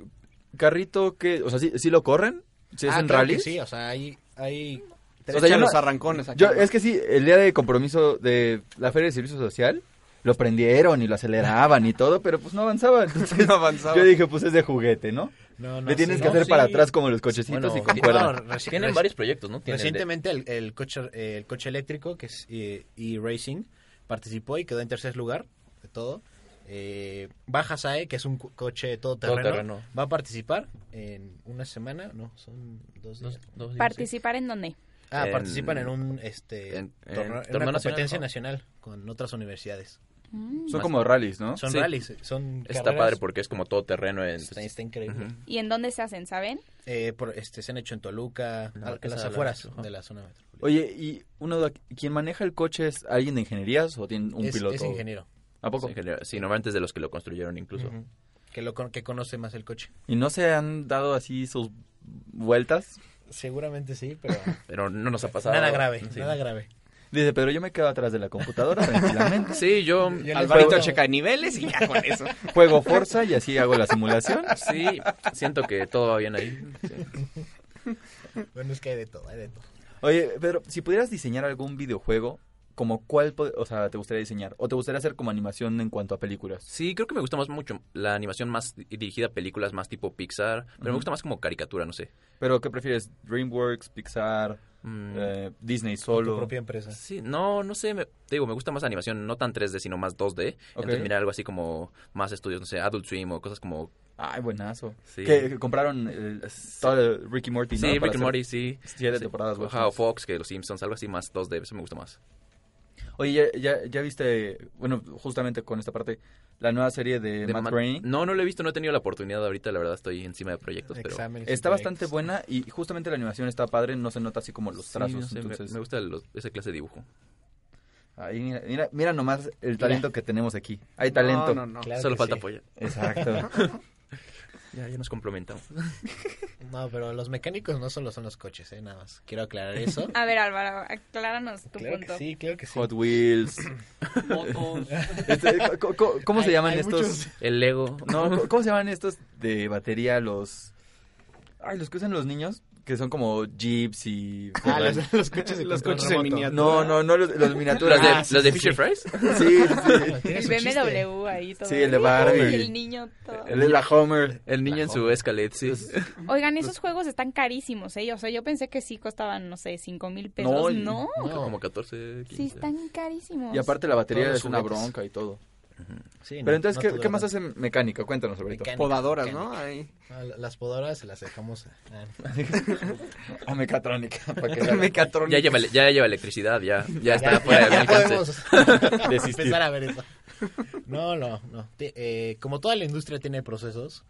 C: carrito que, o sea, ¿sí, sí lo corren? ¿Sí es
E: Ah,
C: en
E: claro
C: rally?
E: que Sí, o sea, hay... hay
C: O sea, yo no-
D: acá.
C: Yo, es que sí, el día de compromiso de la Feria de Servicio Social, lo prendieron y lo aceleraban y todo, pero pues no avanzaba. Entonces,
D: No avanzaba.
C: Yo dije, pues es de juguete, ¿no?
E: No, no,
C: Le tienes
E: sí.
C: que
E: No,
C: hacer para
E: sí.
C: atrás como los cochecitos
E: Bueno,
C: y con cuerda.
E: no, reci-
F: Ah, Tienen
E: reci-
F: varios proyectos, ¿no? Tienen de-
E: Recientemente el, el coche, eh, el coche eléctrico, que es eh, e-racing, participó y quedó en tercer lugar de todo. Eh, Baja SAE, que es un cu- coche todoterreno,
F: Todoterreno.
E: va a participar en una semana, no, son dos días.
B: ¿Participar en dónde?
E: Ah,
F: En-
E: participan en un este
F: en- en
E: torneo- en una
F: torneo nacional,
E: competencia
F: ¿no?
E: nacional con otras universidades.
C: Son como rallies, ¿no?
E: Son
F: Sí.
E: rallies, son
F: Está
E: carreras.
F: padre porque es como todo terreno. En,
E: Está, está increíble.
F: Ujú.
B: ¿Y en dónde se hacen, saben?
E: Eh, por, este, se han hecho en Toluca,
F: No,
E: a- a
F: que
E: las
F: sea Ah, la-
E: afueras
F: ajá.
E: de la zona metropolitana.
C: Oye, y una duda, ¿quien maneja el coche es alguien de ingenierías o tiene un
E: es,
C: piloto?
E: es ingeniero.
C: ¿A poco?
F: Sí, genial. Sí, normalmente es de los que lo construyeron incluso.
E: Ujú. que, lo, con- que conoce más el coche.
C: ¿Y no se han dado así sus vueltas?
E: Seguramente sí, pero
F: Pero no nos ha pasado.
E: nada grave,
F: Sí.
E: nada grave.
C: Dice, pero yo me quedo atrás de la computadora tranquilamente.
F: Sí, yo...
E: Yo les
D: Alvarito
E: pregunto-
D: checa niveles y ya con eso.
C: Juego Forza y así hago la simulación.
F: Sí, siento que todo va bien ahí. Sí.
E: Bueno, es que hay de todo, hay de todo.
C: Oye, Pedro, si pudieras diseñar algún videojuego, ¿como cuál pod- o sea, te gustaría diseñar? ¿O te gustaría hacer como animación en cuanto a películas?
F: Sí, creo que me gusta más mucho la animación más di- dirigida a películas más tipo Pixar, pero me
C: Ujú.
F: gusta más como caricatura, no sé.
C: ¿Pero qué prefieres? ¿DreamWorks, Pixar,
F: Mm,
C: eh, Disney
E: Tu
C: solo?
E: propia empresa.
F: Sí, no, no sé, me- te digo, me gusta más animación, no tan 3D, sino más 2D.
C: Ok.
F: Entonces mirar algo así como más estudios, no sé, Adult Swim o cosas como...
C: Ay, buenazo.
F: Sí.
C: Que compraron el, todo el Ricky Morty, ¿no?
F: Sí,
C: Para
F: Rick and
C: hacer
F: Morty, sí.
C: Siete
F: Sí,
C: temporadas.
F: ajá,
C: buenas.
F: o Fox, que los Simpsons, algo así más 2D, eso me gusta más.
C: Oye, ya, ya, ya viste, bueno, justamente con esta parte, la nueva serie de,
F: De
C: Matt
F: Man-
C: Groening.
F: No, no lo he visto, no he tenido la oportunidad ahorita, la verdad estoy encima de proyectos, pero...
E: Exámenes y
C: Está bastante
E: proyectos.
C: buena y justamente la animación está padre, no se nota así como los
F: Sí,
C: trazos.
F: no sé, me-
C: entonces,
F: me, gusta los- esa clase de dibujo.
C: ahí mira, mira, mira nomás el talento que tenemos aquí. Hay talento.
D: No, no, no.
E: Claro
F: Solo
E: que
F: falta
E: sí.
F: apoyo.
C: Exacto.
F: Ya, ya nos complementamos.
E: No, pero los mecánicos no solo son los coches, eh, nada más. Quiero aclarar eso.
B: A ver, Álvaro, acláranos tu
E: claro que
B: punto.
E: sí, claro que sí.
C: Hot Wheels. Este, co- co- co- ¿Cómo se
E: Hay-
C: llaman
E: hay
C: estos?
E: muchos.
F: El Lego.
C: No, co- ¿cómo se llaman estos de batería los Ay, los que usan los niños que son como jeeps y
E: Ah, los, los coches de
D: Los
E: control
D: coches en
E: remoto.
D: miniatura.
C: No, no, no los, los miniaturas
F: ¿Los de,
E: Ah, sí,
F: los de
E: sí,
F: Fisher Price?
C: Sí, sí, sí.
E: Ah, Tiene
B: El
E: su chiste.
B: BMW ahí todo.
C: Sí, el de Barbie. Eh,
B: Y el niño todo.
C: El de la Homer.
F: El niño en su Escalade, sí.
B: Oigan,
C: pues
B: esos juegos están carísimos, ¿eh? O sea, yo pensé que sí costaban, no sé, cinco mil pesos.
C: No,
B: No,
C: y-
F: Como 14, 15.
B: sí están carísimos.
C: Y aparte la batería
E: Todos los
C: es una
E: juguetes.
C: bronca y todo.
E: Sí, no,
C: Pero entonces,
E: no
C: ¿qué,
E: todo
C: qué más
E: lo-
C: hace mecánica? Cuéntanos, Alberto.
E: Mecánica,
D: Podadoras,
E: mecánica.
D: ¿no? Ahí.
E: Ah, Las podadoras se las dejamos. ah,
C: A Ah, mecatrónica. para que la-
D: Mecatrónica.
F: Ya lleva, ya lleva electricidad, ya, ya está
E: ya,
F: fuera de mi
E: ya
F: alcance.
E: podemos
C: Desistir.
E: empezar a ver eso. No, no, no. Te- eh, como toda la industria tiene procesos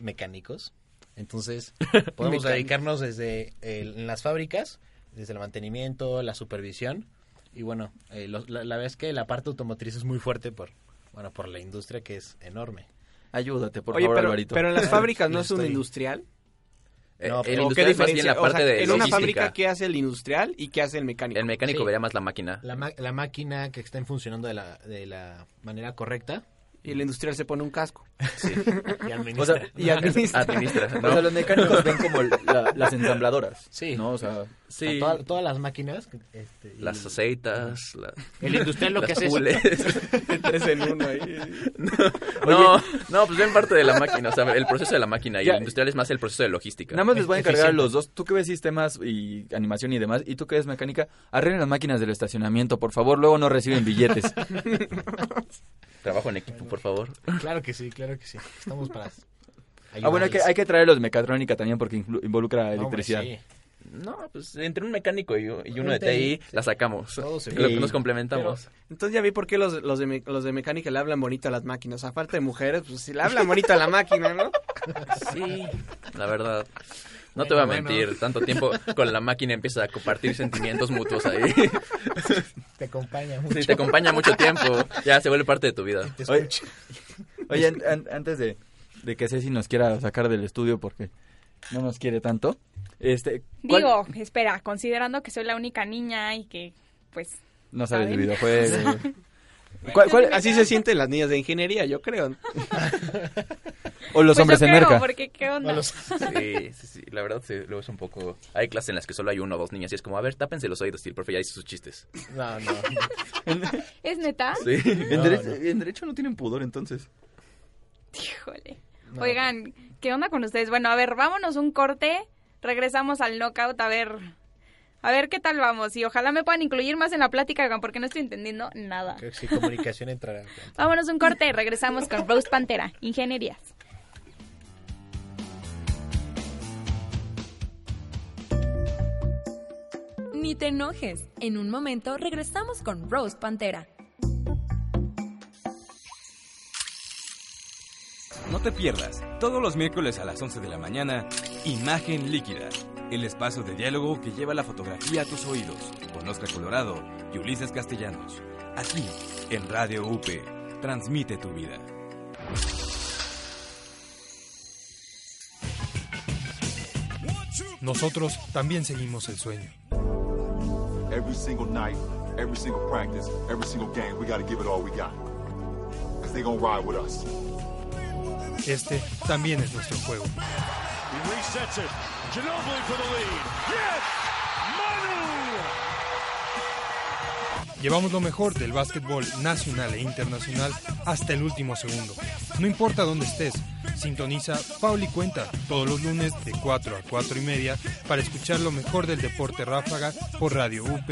E: mecánicos, entonces podemos dedicarnos desde el- en las fábricas, desde el mantenimiento, la supervisión. Y bueno, eh, los- la, la verdad es que la parte automotriz es muy fuerte por, bueno, por la industria que es enorme.
C: Ayúdate, por
D: Oye,
C: favor,
D: pero,
C: Alvarito.
D: pero en las fábricas no
E: Yo
D: es un
E: estoy-
D: industrial.
F: Eh,
E: No,
F: el
E: pero
F: industrial es más bien la
D: O
F: parte
D: sea,
F: de
D: en
F: logística.
D: una fábrica, ¿qué hace el industrial y qué hace el mecánico?
F: El mecánico
E: Sí.
F: vería más la máquina.
E: La, ma- la máquina que esté funcionando de la, de la manera correcta
D: Y el industrial se pone un casco.
E: y administra.
C: O sea,
D: Y administra.
F: Administra, ¿no?
C: o sea, los mecánicos ven como la- las ensambladoras.
E: Sí.
C: ¿No? O sea,
F: Sí.
E: Toda- todas las máquinas. este, y-
F: Las aceitas, la-
E: El industrial lo
F: las
E: que hace es-
F: pules.
D: Tres en uno ahí.
F: No, no, pues ven parte de la máquina, o sea, el proceso de la máquina y
C: Ya.
F: el industrial es más el proceso de logística.
C: nada más les voy a encargar a
E: Eficiente.
C: los dos. Tú que ves sistemas y animación y demás, y tú que ves mecánica, arreglen las máquinas del estacionamiento, por favor. Luego no reciben billetes.
F: Trabajo en equipo, por favor.
E: Claro que sí, claro que sí. Estamos para.
C: ah, bueno, hay que, hay que traer los de mecatrónica también porque inclu- involucra
E: No, hombre,
C: electricidad.
E: sí.
F: No, pues entre un mecánico y, y uno
E: Un
F: de TI,
E: TI,
F: la sacamos.
E: Todo se
F: Lo-
E: puede.
F: Nos complementamos.
D: Entonces ya vi por qué los, los, de, me- los de mecánica le hablan bonito a las máquinas. Aparte de mujeres, pues si le hablan bonito a la máquina, ¿no?
F: Sí, la verdad. No
E: Bueno,
F: te voy a
E: bueno.
F: mentir, tanto tiempo con la máquina empiezas a compartir sentimientos mutuos ahí.
E: Te acompaña mucho.
F: Sí, te acompaña mucho tiempo, ya se vuelve parte de tu vida.
E: Te
C: Oye,
E: escucha.
C: oye, an- an- antes de, de que Ceci nos quiera sacar del estudio porque no nos quiere tanto, este, ¿cuál-
B: Digo, espera, considerando que soy la única niña y que, pues,
C: no sabes de
B: ¿saben?
C: videojuegos. ¿Cuál- cuál-
D: Así se sienten las niñas de ingeniería, yo creo.
C: o los
B: pues
C: hombres
B: yo
C: en
B: creo,
C: merca.
B: porque qué onda.
E: No los-
F: Sí, sí, sí, la verdad sí, luego es un poco... Hay clases en las que solo hay uno o dos niñas y es como, a ver, tápense los oídos y el profe ya dice sus chistes.
E: No, no.
B: ¿Es neta?
F: Sí.
C: En,
E: No,
C: derecho,
E: no.
C: en derecho no tienen pudor entonces.
B: Híjole.
E: No.
B: Oigan, ¿Qué onda con ustedes? Bueno, a ver, vámonos un corte. Regresamos al knockout a ver. A ver qué tal vamos. Y ojalá me puedan incluir más en la plática, oigan, porque no estoy entendiendo nada.
E: Creo que sí, comunicación entrará.
B: Vámonos un corte y regresamos con Rose Pantera, Ingenierías.
A: Ni te enojes. En un momento regresamos con Rose Pantera.
L: No te pierdas, todos los miércoles a las 11 de la mañana, Imagen Líquida, el espacio de diálogo que lleva la fotografía a tus oídos, con Oscar Colorado y Ulises Castellanos. Aquí, en Radio UP, transmite tu vida.
M: Nosotros también seguimos el sueño.
N: Every single night, every single practice, every single game, we got to give it all we got. Because they going to ride with us.
M: Este también es nuestro juego.
O: He resets it. Ginobili for the lead. Yes! Manu!
M: Llevamos lo mejor del básquetbol nacional e internacional hasta el último segundo. No importa dónde estés, sintoniza Pauli Cuenta todos los lunes de 4 a 4 y media para escuchar lo mejor del deporte ráfaga por Radio UP.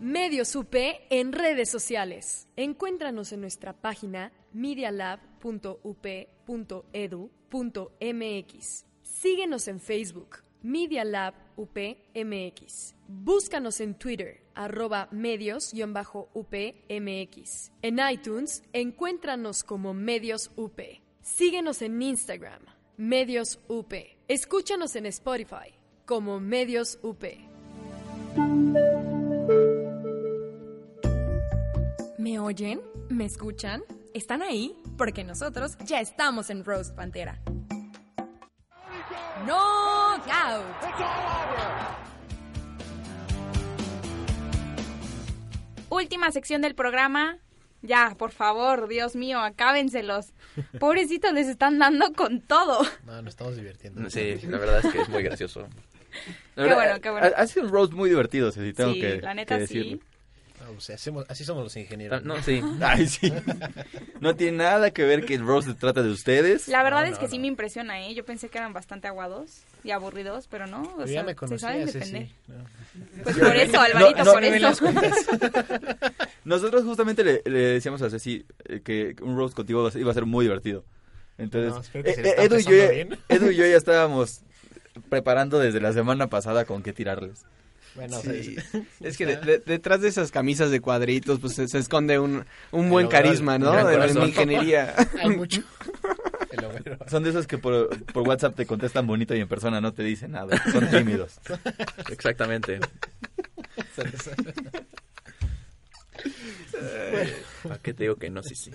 K: Medios UP en redes sociales. Encuéntranos en nuestra página medialab.up.edu.mx. Síguenos en Facebook, Media Lab UPMX. Búscanos en Twitter, arroba medios-upmx. En iTunes, encuéntranos como Medios UP. Síguenos en Instagram, Medios UP. Escúchanos en Spotify, como Medios UP.
A: ¿Me oyen? ¿Me escuchan? ¿Están ahí? Porque nosotros ya estamos en Rose Pantera. ¡Knockout!
B: Última sección del programa. Ya, por favor, Dios mío, acábenselos. Pobrecitos, les están dando con todo.
E: No, nos estamos divirtiendo.
F: Sí, la verdad es que es muy gracioso.
B: Qué bueno, qué bueno.
C: Ha, ha sido un roast muy divertido, si tengo
B: Sí,
C: que,
B: la neta
C: que
B: sí.
C: decirlo.
E: No, o sea, hacemos- así somos los ingenieros.
C: No, sí. Ay, sí. No tiene nada que ver que el roast se trata de ustedes.
B: La verdad es que sí me impresiona, ¿eh? Yo pensé que eran bastante aguados y aburridos, pero no. O
E: Yo
B: sea,
E: ya me
B: se
E: conocía,
B: saben
E: ese
B: defender.
E: sí.
B: Pues por eso, Alvarito,
C: No, no,
B: por
C: no me
B: eso.
C: las Nosotros justamente le, le decíamos a Ceci eh, que un roast contigo iba a ser- iba a ser muy divertido. Entonces,
E: No, espero que
C: eh,
E: se le
C: eh,
E: está
C: Edu, y yo,
E: pasando
C: ya-
E: bien.
C: Edu y yo ya estábamos preparando desde la semana pasada con qué tirarles.
E: Bueno, o sea,
D: Sí. Es que de- de- detrás de esas camisas de cuadritos, pues se, se esconde un, un buen
C: overall,
D: carisma, ¿no?
C: un gran
D: De la
C: corazón.
D: ingeniería.
E: Hay mucho.
C: Son de esos que por, por WhatsApp te contestan bonito y en persona no te dicen nada. Son tímidos.
F: Exactamente. ¿Para qué te digo que no? Sí, sí.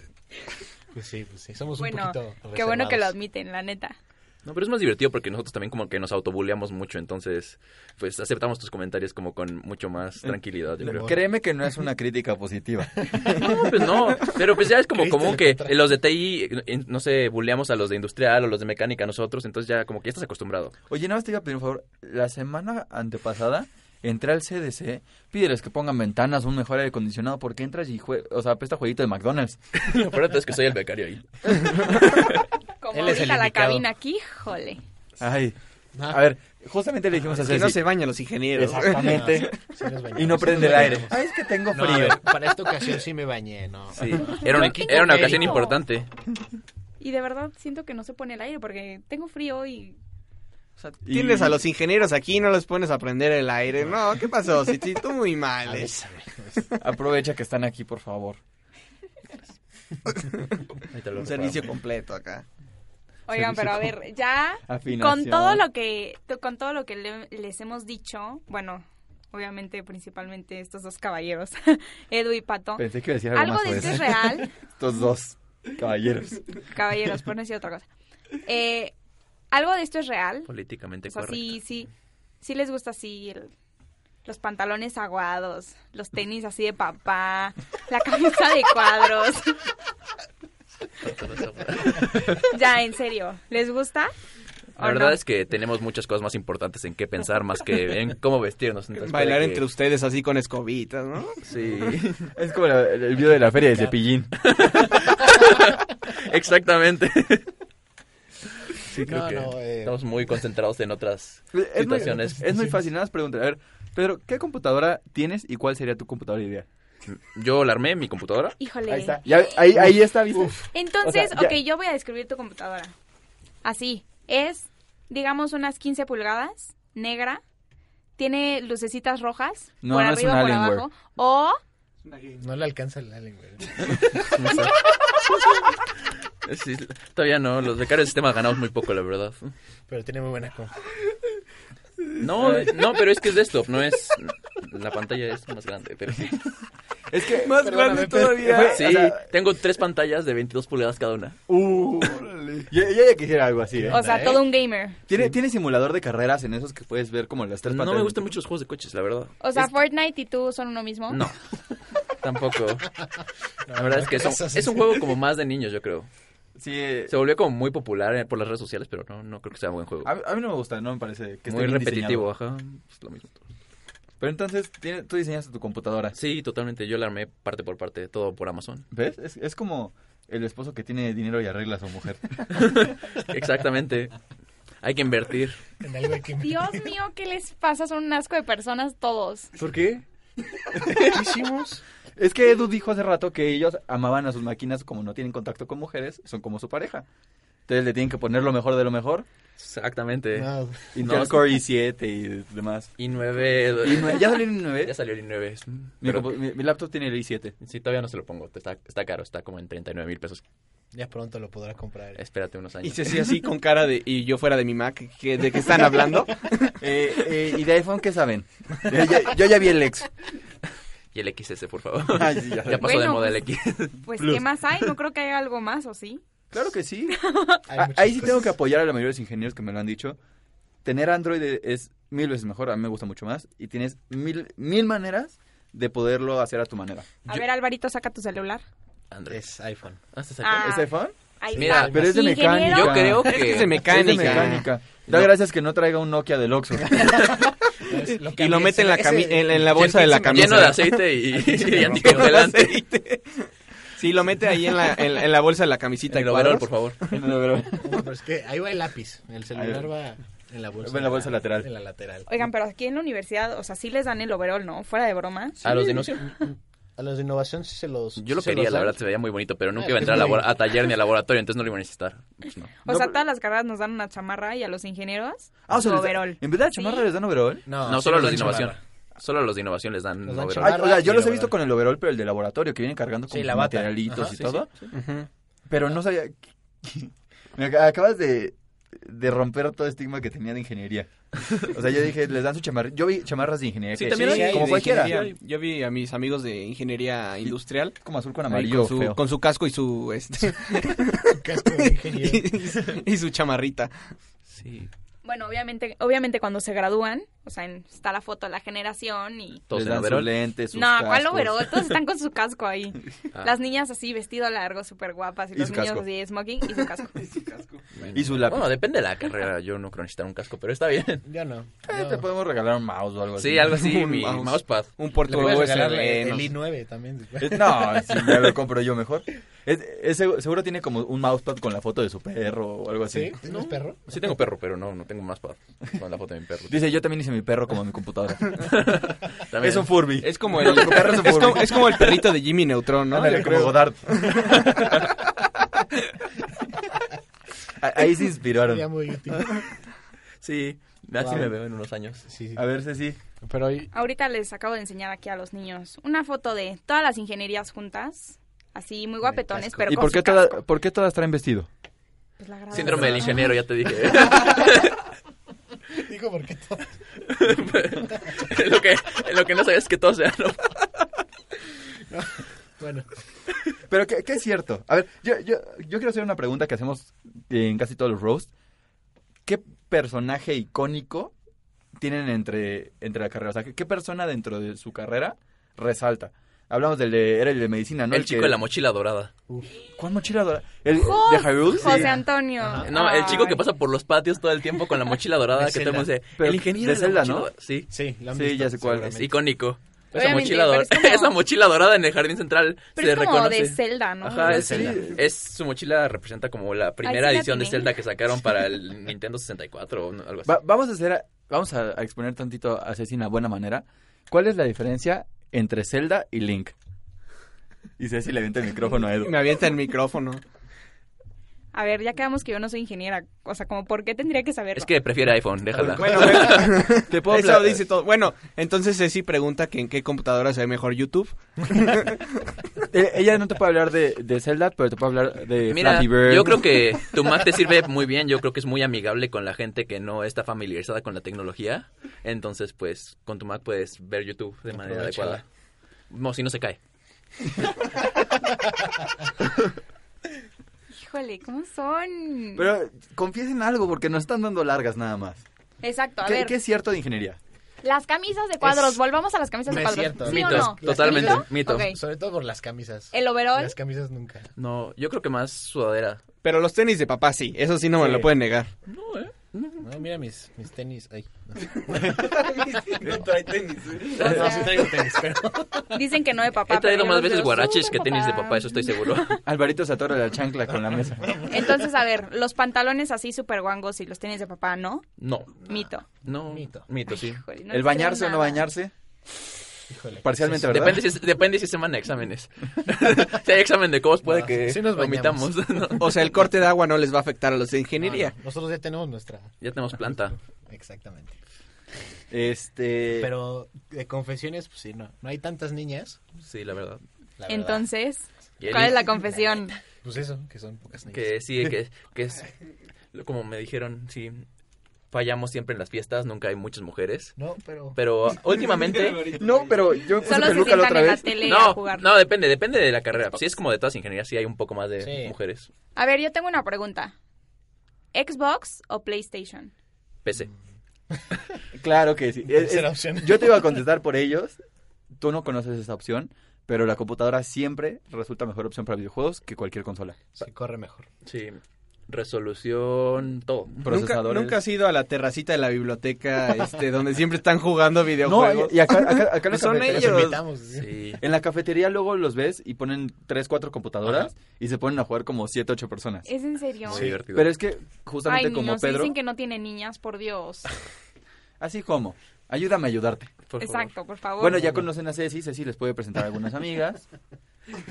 E: Pues sí, pues sí. Somos
B: Bueno,
E: un poquito.
B: qué bueno que lo
E: reservados.
B: admiten, la neta.
F: No, pero es más divertido porque nosotros también como que nos autobuleamos mucho, entonces pues aceptamos tus comentarios como con mucho más
D: Eh,
F: tranquilidad, yo creo.
C: Créeme que no es una crítica positiva.
F: No, pues no, pero pues ya es como
C: Creíste
F: común
C: lo
F: que
C: contrario.
F: los de TI, eh, eh, no sé, buleamos a los de industrial o los de mecánica nosotros, entonces ya como que ya estás acostumbrado.
C: Oye, nada más te iba a pedir un favor. La semana antepasada entré al CDC, pídeles que pongan ventanas, un mejor aire acondicionado, porque entras y, jue- o sea, apesta jueguito de McDonald's.
F: Lo peor de todo es que soy el becario ahí.
B: Como
C: Él es el
B: ahorita la
C: indicado.
B: cabina aquí, jole.
C: Ay.
E: Ah.
C: A ver, justamente le dijimos a
D: Es que
C: Ceci.
D: no se bañan los ingenieros.
C: Exactamente.
E: No, sí nos bañamos,
C: y no
E: sí
C: prende
E: nos
C: el aire.
E: bañamos.
C: Ay, es que tengo
E: No, a
C: frío.
E: ver, para esta ocasión sí me bañé, ¿no?
F: Sí, era una, era una ocasión importante.
B: Y de verdad siento que no se pone el aire porque tengo frío y...
D: Tienes a los ingenieros aquí y no los pones a prender el aire. No, ¿qué pasó? Si tú muy mal. eh.
C: Aprovecha que están aquí, por favor.
D: Un servicio completo acá.
B: Oigan, pero a ver, ya con
D: Afinación.
B: todo lo que con todo lo que le- les hemos dicho, bueno, obviamente principalmente estos dos caballeros, Edu y Pato.
C: Pensé que iba a decir algo,
B: algo
C: más
B: de este esto
C: sobre
B: es
C: eso.
B: real,
C: Estos dos caballeros.
B: caballeros, por no decir otra cosa. Eh, algo de esto es real.
F: Políticamente
B: O sea,
F: correcto.
B: sí, sí, sí les gusta así el- los pantalones aguados, los tenis así de papá, la camisa de cuadros. ya, en serio, ¿les gusta?
F: La verdad es que tenemos muchas cosas más importantes en qué pensar más que en cómo vestirnos. Entonces,
D: Bailar
F: puede que-
D: entre ustedes así con escobitas, ¿no?
F: Sí.
C: Es como la- el video de la feria de Cepillín.
F: Exactamente.
C: Sí, creo
F: No,
C: que
F: no, eh. estamos muy concentrados en otras
C: Es muy,
F: situaciones.
C: es muy fácil, nada más preguntar. A ver, Pedro, ¿qué computadora tienes y cuál sería tu computadora ideal?
F: Yo la armé, mi computadora.
B: Híjole.
C: Ahí está. Ya- ahí, ahí está, ¿viste?
B: Entonces,
F: O sea, ya-
B: ok, yo voy a describir tu computadora. Así, es, digamos, unas 15 pulgadas, negra, tiene lucecitas rojas,
E: No,
B: por
E: no es
B: arriba,
E: una
B: por
E: Alienware.
B: abajo, o...
E: No le alcanza el alien, güey.
F: Sí, todavía no, los becarios de sistema ganamos muy poco, la verdad.
E: Pero tiene muy buena compa.
F: No, no, pero es que es desktop, no es... La pantalla es más grande, pero sí.
C: Es que...
D: Más
C: grande todavía. pero-
F: Sí,
C: o sea-
F: tengo tres pantallas de 22 pulgadas cada una.
C: Uh, yo, yo ya quisiera algo así. ¿eh?
B: O sea, todo un gamer.
C: ¿Tiene, ¿Tiene simulador de carreras en esos que puedes ver como las tres
F: No me gustan mucho los juegos de coches, la verdad.
B: O sea, Fortnite y tú son uno mismo.
F: No, tampoco. La verdad es que es un,
C: Esas-
F: es un juego como más de niños, yo creo.
C: Sí.
F: Se volvió como muy popular eh, por las redes sociales, pero no, no creo que sea un buen juego.
C: A, a mí no me gusta, no me parece que esté
F: muy
C: bien
F: repetitivo,
C: diseñado.
F: ajá. es lo mismo.
C: Pero entonces, tiene- tú diseñaste tu computadora.
F: Sí, totalmente. Yo la armé parte por parte, todo por Amazon.
C: ¿Ves? Es, es como el esposo que tiene dinero y arregla a su mujer.
F: Exactamente. Hay que invertir.
E: En algo que
B: Dios mío, ¿qué les pasa? Son un asco de personas todos.
C: ¿Por qué? hicimos? Es que Edu dijo hace rato que ellos amaban a sus máquinas como no tienen contacto con mujeres, son como su pareja. Entonces le tienen que poner lo mejor de lo mejor.
F: Exactamente.
E: Ah.
C: No. Intel Core i7 y demás.
F: I9.
C: I9, ¿ya salió el i9?
F: Ya salió el i9.
C: Mi
F: Pero-
C: compu- mi- mi laptop tiene el i7.
F: Sí, todavía no se lo pongo. Está, está caro, está como en 39 mil pesos.
E: Ya pronto lo podrá comprar.
F: Espérate unos años.
D: Y se hacía así con cara de, y yo fuera de mi Mac, ¿qué- ¿de qué están hablando?
C: Eh, eh, ¿Y de iPhone qué saben? Yo ya, yo ya vi el ex.
F: Y el XS, por favor.
C: Ay, sí, ya.
F: ya. pasó de
B: Bueno,
F: moda el
B: pues-
F: X.
B: Pues,
C: Plus.
B: ¿qué más hay? No creo que haya algo más, ¿o sí?
C: Claro que sí. Ah, Ahí sí tengo que apoyar a la mayoría de los ingenieros que me lo han dicho. Tener Android es mil veces mejor, a mí me gusta mucho más. Y tienes mil, mil maneras de poderlo hacer a tu manera.
B: A ver, Alvarito, saca tu celular.
F: Android.
E: Es iPhone.
F: ¿Haces
B: Ah,
C: ¿Es iPhone?
B: ahí
F: Mira,
B: está.
C: pero es de
B: Ingeniero.
C: mecánica.
F: Yo creo que- Es que es de
C: Es de
F: mecánica.
C: mecánica. Da gracias que no traiga un Nokia del Oxxo.
D: y lo mete en la, cami- en, en la bolsa de la camisa.
F: Lleno de aceite y, y anticongelante.
D: Lleno de aceite. Sí, lo mete ahí en la, en, en la bolsa de la camisita.
F: En el
D: de cuadros.
F: overall, por favor.
E: No, pero es que ahí va el lápiz. El celular
D: Ahí
E: va en la bolsa.
C: Va en la bolsa lateral.
E: En la lateral.
B: Oigan, pero aquí en la universidad, o sea, sí les dan el overall, ¿no? Fuera de broma.
E: A los de innovación sí se los.
F: Pues, Yo lo
E: sí se
F: quería,
E: los
F: la
E: dan.
F: verdad, se veía muy bonito, pero nunca
E: Ah,
F: iba a
E: es
F: entrar a,
E: muy-
F: labora- a taller ni a laboratorio, entonces no lo iba a necesitar. Pues no.
B: O sea, todas las carreras nos dan una chamarra y a los ingenieros
C: Ah, o
B: su
C: sea, les da-
B: overall.
C: ¿En verdad chamarra les dan overall?
F: No, solo a los de innovación. Solo a los de innovación les dan
C: Ay,
F: overall.
C: o sea, yo los he visto con el overall, pero el de laboratorio, que vienen cargando con
E: Sí, la bata.
C: materialitos
E: Ajá,
C: y
E: sí,
C: todo.
E: sí,
C: Ujú. Pero no sabía... Me ac- acabas de, de romper todo estigma que tenía de ingeniería. O sea, yo dije, les dan su chamarra. Yo vi chamarras de ingeniería. que- como
D: de
C: cualquiera.
D: ingeniería. Yo vi a mis amigos de ingeniería industrial.
C: Como azul con
D: Ahí
C: amarillo,
D: Con su,
C: feo.
D: con su casco y su. Este,
E: casco de ingeniero.
D: y, su chamarrita.
F: Sí.
B: Bueno, obviamente, obviamente cuando se gradúan, o sea, en- está la foto de la generación y...
F: Todos
C: Les
F: en
C: dan sus
F: overall.
C: lentes, sus
B: no, ¿cuál
C: cascos.
B: overall? Todos están con su casco ahí.
C: Ah.
B: Las niñas así, vestido largo, súper guapas, y,
C: Y
B: los
C: su
B: niños
C: casco.
B: así, smoking y su casco.
C: Y su lápiz.
F: Bueno, depende de la carrera. Yo no creo necesitar un casco, pero está bien.
E: Yo no.
C: Eh,
E: Yo-
C: Te podemos regalar un mouse o algo así.
F: Sí, algo así,
C: Un
F: mi
C: mouse.
F: mousepad.
D: Un
E: Le puedes regalar el, el i9 también.
C: Eh, No, sí, ya lo compro yo mejor. Es- es segu- seguro tiene como un mousepad con la foto de su perro o algo así.
E: ¿Sí? ¿Tienes perro?
F: Sí tengo perro, pero no, no tengo mousepad con la foto de mi perro.
C: Dice, yo también hice mi perro como mi computadora.
F: También.
C: Es un Furby.
D: Es como el,
C: Tu perro es un
D: es como,
C: Furby.
D: es como el perrito de Jimmy Neutron, ¿no?
C: Ándale,
D: Yo
C: como
D: creo.
C: Godard. A- Ahí se inspiraron.
E: Sería muy útil.
F: Sí, así
E: Wow.
F: me veo en unos años.
C: A ver, Ceci.
E: Pero hoy
B: Ahorita les acabo de enseñar aquí a los niños una foto de todas las ingenierías juntas, así muy guapetones, pero
C: ¿Y
B: con
C: por
B: su
C: qué,
B: casco.
C: toda- por qué todas traen vestido?
B: Pues
E: Ah.
B: la graduación.
F: Síndrome del ingeniero, ya te dije.
E: digo porque todo.
F: lo, que, lo que no sabes es que todos sean.
E: Bueno.
C: Pero ¿qué, qué es cierto? A ver, yo, yo, yo quiero hacer una pregunta que hacemos en casi todos los roasts. ¿Qué personaje icónico tienen entre, entre la carrera? O sea, ¿qué, qué persona dentro de su carrera resalta? Hablamos del de, era el de medicina, ¿no?
F: El chico
C: que-
F: de la mochila dorada.
C: ¿Cuál mochila dorada? ¿El
B: ¡Oh!
C: de Hyrule?
B: José
C: Sí.
B: Antonio.
F: No, el chico
B: Ay.
F: que pasa por los patios todo el tiempo con la mochila dorada
C: De
F: que
C: Zelda.
F: tenemos de
C: Pero
F: el ingeniero
C: de
F: de la
C: Zelda, ¿no?
F: mochila- Sí.
E: Sí, la han
F: sí,
E: visto,
F: ya sé cuál es.
E: seguramente.
F: Icónico. Esa
B: Obviamente,
F: mochila,
B: pero
F: dorada,
B: es como-
F: esa mochila dorada en el jardín central
B: Pero
F: se
B: es como
F: reconoce.
B: de Zelda, ¿no?
F: Ajá,
B: De
F: es,
B: Zelda.
F: sí, es- su mochila representa como la
B: sí
F: primera
B: la
F: edición de
B: tiene.
F: Zelda que sacaron para el Nintendo 64 o no- algo así.
C: Va- vamos a hacer, vamos a, a exponer tantito Asesina a buena manera. ¿Cuál es la diferencia entre Zelda y Link? Y Ceci le avienta el micrófono a Edu.
D: Me avienta el micrófono.
B: A ver, ya quedamos que yo no soy ingeniera. O sea, como, ¿por qué tendría que saberlo?
F: Es que prefiere iPhone, déjala.
D: Bueno, bueno.
F: Te puedo
D: Eso
F: hablar.
D: dice todo. Bueno, entonces Ceci pregunta que en qué computadora se ve mejor YouTube.
C: Eh, Ella no te puede hablar de, de Zelda, pero te puede hablar de
F: Mira,
C: Eh, Flappy Bird.
F: yo creo que tu Mac te sirve muy bien. Yo creo que es muy amigable con la gente que no está familiarizada con la tecnología. Entonces, pues, con tu Mac puedes ver YouTube de manera
C: Aprovechala.
F: adecuada. No, si no se cae.
B: Híjole, ¿cómo son?
C: Pero confiesen algo, porque nos están dando largas nada más.
B: Exacto, a
C: ¿Qué,
B: ver.
C: qué es cierto de ingeniería?
B: Las camisas de cuadros,
E: Es-
B: volvamos a las camisas de cuadros. ¿Sí o
F: Mito,
B: no?
F: Las totalmente,
B: camisas-
F: mito.
B: Ok.
E: Sobre todo por las camisas.
B: ¿El overall?
E: Las camisas nunca.
F: No, yo creo que más sudadera.
D: Pero los tenis de papá sí, eso sí no me
E: Sí.
D: lo pueden negar.
F: No, ¿eh?
E: No, mira mis, mis tenis. Ay.
D: No trae tenis.
F: ¿eh?
E: No, no, sí traigo tenis, pero...
B: Dicen que no de papá.
F: He
B: pero
F: traído
B: yo
F: más
B: los
F: veces
B: veo
F: guaraches
B: súper
F: que tenis de papá, eso estoy seguro.
C: Alvarito se atora la chancla con la mesa.
B: Entonces, a ver, los pantalones así súper guangos y los tenis de papá, ¿no?
F: No,
B: Mito.
F: no. Mito. sí.
B: Híjole, no
C: ¿El
B: creo
C: bañarse o no
B: nada.
C: bañarse?
E: Híjole.
C: Parcialmente, ¿verdad?
F: Depende si, es- depende si se mandan exámenes. si hay examen de cosas, puede
E: No,
F: que
E: sí nos bañamos.
F: vomitamos. ¿no?
D: O sea, el corte de agua no les va a afectar a los de ingeniería.
C: Ah,
E: No, no, nosotros ya tenemos nuestra.
F: Ya tenemos planta.
E: Exactamente.
F: Eh.
C: Este...
E: Pero de confesiones, pues sí, no. No hay tantas niñas.
F: Sí, la verdad.
E: la verdad.
B: Entonces,
F: Y el
B: ¿cuál es la
F: Inge-
B: confesión?
E: Pues eso, que son pocas niñas.
F: Que sí, que, que es. Como me dijeron, sí. Fallamos siempre en las fiestas, nunca hay muchas mujeres.
E: No, pero...
F: Pero últimamente.
C: No, pero yo me puse
B: Solo se
C: peluca la
B: sientan
C: otra
B: en la
C: vez.
B: tele a
F: No,
B: jugar.
F: no, depende, depende de la carrera. Si es como de todas ingenierías, sí hay un poco más de
E: Sí.
F: mujeres.
B: A ver, yo tengo una pregunta. ¿Xbox o PlayStation?
F: PC.
E: Mm.
C: Claro que sí. Es- es-
E: Tercera opción.
C: Yo te iba a contestar por ellos. Tú no conoces esa opción, pero la computadora siempre resulta mejor opción para videojuegos que cualquier consola.
E: Sí, corre mejor.
F: Sí. Resolución, todo.
D: ¿Nunca,
C: Procesadores.
D: nunca has ido a la terracita de la biblioteca, este, donde siempre están jugando
C: No,
D: videojuegos.
C: y, y acá, acá, acá en la
D: Pues son
C: cafetería-
D: ellos.
E: Los invitamos. ¿sí?
F: Sí.
C: En la cafetería luego los ves y ponen tres, cuatro computadoras y se ponen a jugar como siete, ocho personas.
B: ¿Es en serio?
F: Muy divertido.
C: Pero es que justamente
B: Eh, Ay,
C: como
B: niños,
C: Pedro,
B: dicen que no tiene niñas, por Dios.
C: así como, ayúdame a ayudarte.
F: Por favor.
B: Exacto, por favor.
C: Bueno, ya conocen a Ceci, Ceci les puede presentar a algunas amigas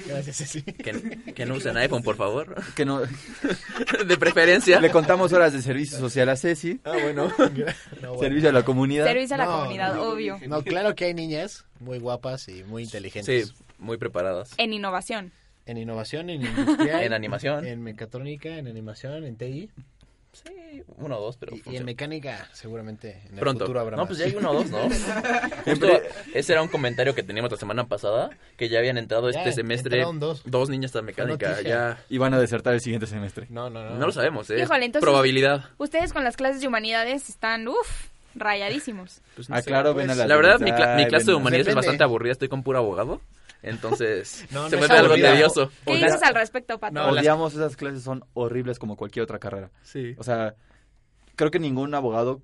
E: Gracias, Ceci.
F: Que, que no usen iPhone, por favor.
C: que no
F: De preferencia.
C: le contamos horas de servicio social a Ceci,
F: Ah, bueno.
E: No, bueno.
C: servicio a la comunidad.
B: Servicio a la
E: No,
B: comunidad,
E: no.
B: obvio.
E: No, claro que hay niñas muy guapas y muy inteligentes.
F: Sí, muy preparadas.
B: En innovación.
E: En innovación, en industria.
F: En animación.
E: En mecatrónica, en animación, en TI.
F: Sí, uno o dos, pero.
E: Y- y, en
F: funciona.
E: mecánica, seguramente. En el
F: Pronto.
E: futuro habrá
F: no,
E: más.
F: pues ya hay uno o dos, ¿no? Justo, ese era un comentario que teníamos la semana pasada, que ya habían entrado
E: Ya,
F: este semestre
E: entraron dos.
F: niñas de mecánica.
E: noticia. Ah.
F: Ya
C: Y van a desertar el siguiente semestre.
E: No, no, no.
F: no lo sabemos, ¿eh?
B: Híjole, entonces-
F: Probabilidad.
B: Ustedes con las clases de humanidades están, uff, rayadísimos.
F: Pues no
C: Ah,
F: sé.
C: claro, ven a
E: pues,
C: la
F: La verdad, mi, cla- mi clase de humanidades es
E: Depende.
F: bastante aburrida. Estoy con puro abogado. Entonces,
E: No, no
F: se
E: es
F: vuelve algo
E: aburrida.
F: tedioso.
B: ¿Qué
C: Hola.
B: dices al respecto, Pato?
E: No, las-
C: Odiamos esas clases, son horribles como cualquier otra carrera.
F: Sí.
C: O sea, creo que ningún abogado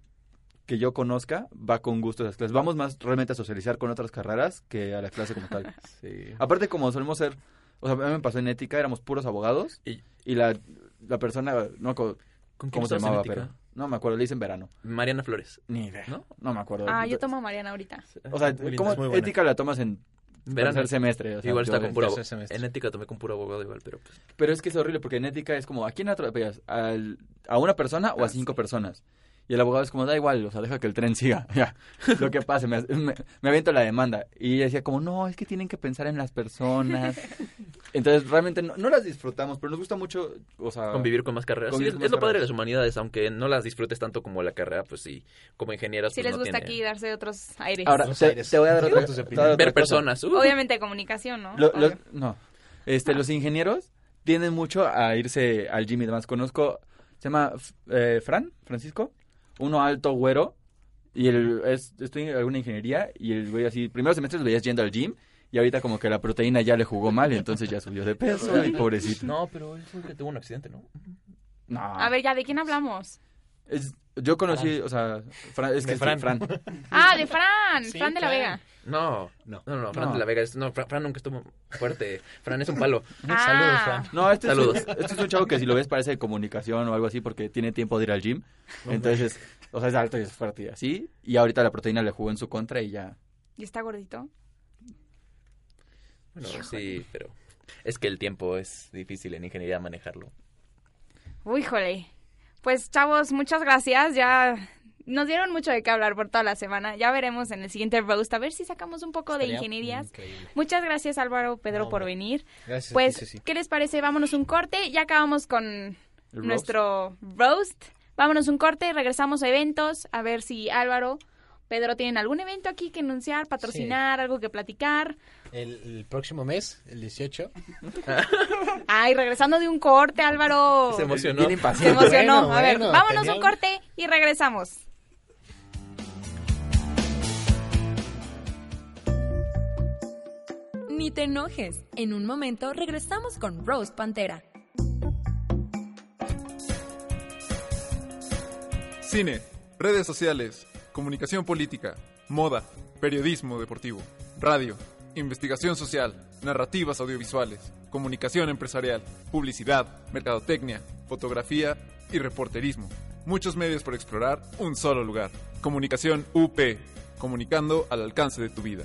C: que yo conozca va con gusto a esas clases. Vamos más realmente a socializar con otras carreras que a la clase como tal.
F: sí.
E: Ah,
C: Aparte, como solemos ser, o sea, a mí me pasó en ética, éramos puros abogados
F: Y-
C: y, la, la persona, no, co-
F: ¿Con quién
C: ¿cómo se
F: estabas en
C: llamaba?
F: ética?
C: Pero, no me acuerdo, le dicen verano.
F: Mariana Flores.
C: Ni idea.
F: ¿No?
C: ¿No? me acuerdo.
B: Ah, yo tomo a Mariana ahorita.
C: O sea,
F: Muy linda.
C: ¿cómo
E: Es muy buena.
C: ética la tomas en
F: Verano.
C: tercer semestre? O sea,
F: igual
C: yo-
F: está con puro
E: tercer
F: abogado.
E: semestre.
F: En ética tomé con puro abogado igual, pero pues...
C: Pero es que es horrible porque en ética es como, ¿a quién atropellas? ¿Al- ¿A una persona o a cinco personas? Y el abogado es como, da igual, o sea, deja que el tren siga, ya, lo que pase, me, hace- me, me aviento la demanda. Y ella decía como, no, es que tienen que pensar en las personas. Entonces, realmente no, no las disfrutamos, pero nos gusta mucho, o sea...
F: Convivir con más carreras. Sí,
C: Convivir
F: es,
C: con más
F: es lo padre de
C: carreras.
F: las humanidades, aunque no las disfrutes tanto como la carrera, pues sí, como ingenieras.
B: Si
F: pues,
B: les
F: no
B: gusta
F: tiene-
B: aquí darse otros aires.
C: Ahora,
E: Los
C: te,
E: aires.
C: te voy a dar otra,
E: Tus
C: te voy a dar
E: opiniones.
C: otra cosa.
F: Ver personas. uh.
B: Obviamente comunicación, ¿no?
C: Lo-
B: Obvio.
C: los- no, este, los ingenieros tienden mucho a irse al gym y demás. Conozco, se llama F- eh, Fran, Francisco, uno alto güero, y él es, estoy en alguna ingeniería, y el güey así, primeros semestres lo veías yendo al gym, Y ahorita como que la proteína ya le jugó mal y entonces ya subió de peso y pobrecito.
F: No, pero él fue el que tuvo un accidente, ¿no?
C: No.
B: A ver, ya, ¿de quién hablamos?
C: Es- yo conocí, o sea, Fran- es que
F: De
C: es
F: Fran.
C: Fran.
B: Ah, de Fran,
E: Sí,
B: Fran de la
E: Fran.
B: Vega.
F: No, no, no, no, Fran
C: No.
F: de la Vega. es- no, Fra- Fran, nunca estuvo fuerte. Fran es un palo.
B: Ah.
F: Saludos, Fran.
C: No, este es, un,
F: Saludos.
C: este es un chavo que si lo ves parece de comunicación o algo así porque tiene tiempo de ir al gym.
F: No
C: Entonces, o sea, es alto y es fuerte y así. Y ahorita la proteína le jugó en su contra y ya.
B: ¿Y está gordito?
F: Bueno, sí, pero es que el tiempo es difícil en ingeniería manejarlo.
B: Uy, jole. Pues chavos, muchas gracias. Ya nos dieron mucho de qué hablar por toda la semana. Ya veremos en el siguiente roast a ver si sacamos un poco de
E: Estaría
B: ingenierías.
E: increíble.
B: Muchas gracias Álvaro Pedro
E: No,
B: por
E: hombre.
B: venir.
E: Gracias a
B: pues,
E: ti, Ceci.
B: ¿qué les parece? Vámonos un corte. Ya acabamos con
E: roast?
B: nuestro roast. Vámonos un corte, regresamos a eventos, a ver si Álvaro, Pedro tienen algún evento aquí que anunciar, patrocinar, algo que platicar.
E: El, el próximo mes, el 18.
B: Ay, regresando de un corte, Álvaro.
E: Se emocionó. Bien
B: Se
E: impaciente.
B: emocionó.
E: Bueno,
B: a ver,
E: bueno,
B: vámonos
E: tenía
B: un
E: un-
B: corte y regresamos.
A: Ni te enojes. En un momento regresamos con Rose Pantera.
P: Cine, redes sociales, comunicación política, moda, periodismo deportivo, radio, investigación social, narrativas audiovisuales, comunicación empresarial, publicidad, mercadotecnia, fotografía y reporterismo. Muchos medios por explorar, un solo lugar. Comunicación UP, comunicando al alcance de tu vida.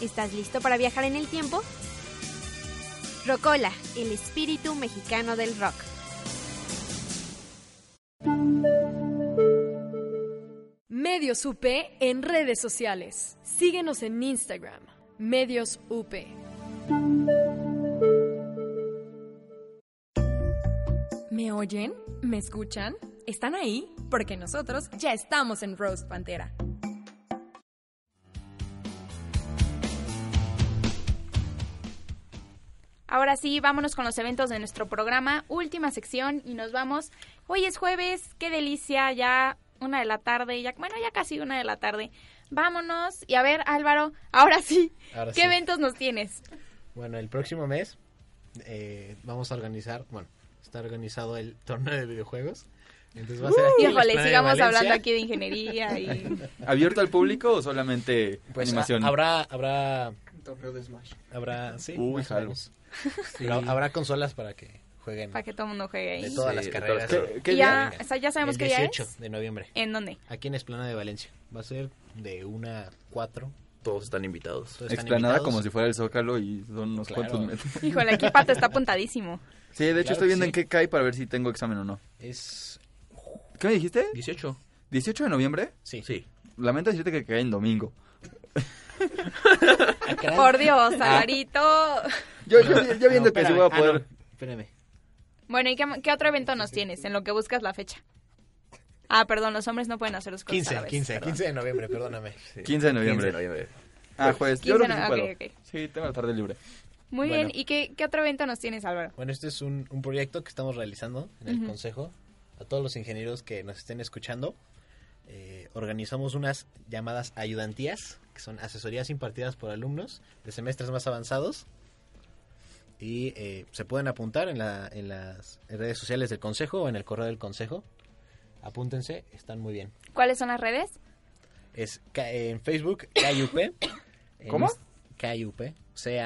Q: ¿Estás listo para viajar en el tiempo? Rocola, el espíritu mexicano del rock.
K: Medios UP en redes sociales. Síguenos en Instagram, Medios UP.
A: ¿Me oyen? ¿Me escuchan? ¿Están ahí? Porque nosotros ya estamos en Roast Pantera.
B: Ahora sí, vámonos con los eventos de nuestro programa, última sección y nos vamos. Hoy es jueves, qué delicia, ya una de la tarde, ya bueno, ya casi una de la tarde. Vámonos y a ver, Álvaro, ahora sí,
E: Ahora
B: ¿qué
E: sí.
B: eventos nos tienes?
E: Bueno, el próximo mes eh, vamos a organizar, bueno, está organizado el torneo de videojuegos. Entonces va a ser aquí. en la
B: Uh, Híjole,
E: explanada de
B: sigamos
E: Valencia.
B: hablando aquí de ingeniería y
C: ¿Abierto al público o solamente
E: Pues,
C: animación?
E: a- habrá, habrá,
R: Torneo de Smash.
E: habrá, sí,
C: Uy,
E: más o
C: jalo.
E: menos. Pero habrá consolas para que jueguen.
B: para que todo el mundo juegue ahí.
E: De todas las
C: Sí, de
E: carreras.
C: todas las carreras.
B: Y ya, o sea, ya sabemos
E: el
B: qué día es.
E: 18 de noviembre.
B: ¿En dónde?
E: Aquí en Esplanada de Valencia. Va a ser de 1 a 4.
F: Todos están invitados.
E: Todos están
C: Explanada
E: invitados.
C: como si fuera el Zócalo y son unos
E: Claro.
C: cuantos metros.
B: Híjole, aquí Pato está apuntadísimo.
C: Sí, de hecho
E: Claro
C: estoy viendo
E: que
C: en qué cae para ver si tengo examen o no.
E: Es
C: ¿Qué me dijiste?
F: 18.
C: ¿18 de noviembre?
E: Sí.
F: Sí.
C: Lamento decirte que cae en domingo.
B: Por Dios,
E: Ah.
B: Alvarito.
C: Yo, yo, yo viendo que sí
E: espérame.
C: voy a
E: Ah, no,
C: poder...
E: espérame.
B: Bueno, ¿y qué, qué otro evento nos tienes en lo que buscas la fecha? Ah, perdón, los hombres no pueden hacer los cosas a la
E: 15,
B: vez,
E: 15,
B: perdón.
E: 15 de noviembre, perdóname.
C: 15 de noviembre.
F: 15 de noviembre.
C: Ah, jueves. Yo
B: 15
C: creo que sí
B: no-
C: puedo.
B: ok, ok.
C: Sí, tengo la tarde libre.
B: Muy
E: Bueno.
B: bien, ¿y qué, qué otro evento nos tienes, Álvaro?
E: Bueno, este es un, un proyecto que estamos realizando en el
B: Ujú.
E: Consejo. A todos los ingenieros que nos estén escuchando, eh, organizamos unas llamadas ayudantías, que son asesorías impartidas por alumnos de semestres más avanzados. Y eh, se pueden apuntar en, la- en las redes sociales del Consejo o en el correo del Consejo. Apúntense, están muy bien.
B: ¿Cuáles son las redes?
E: Es K- en Facebook, KIUP. En
C: ¿Cómo?
E: Inst- KIUP,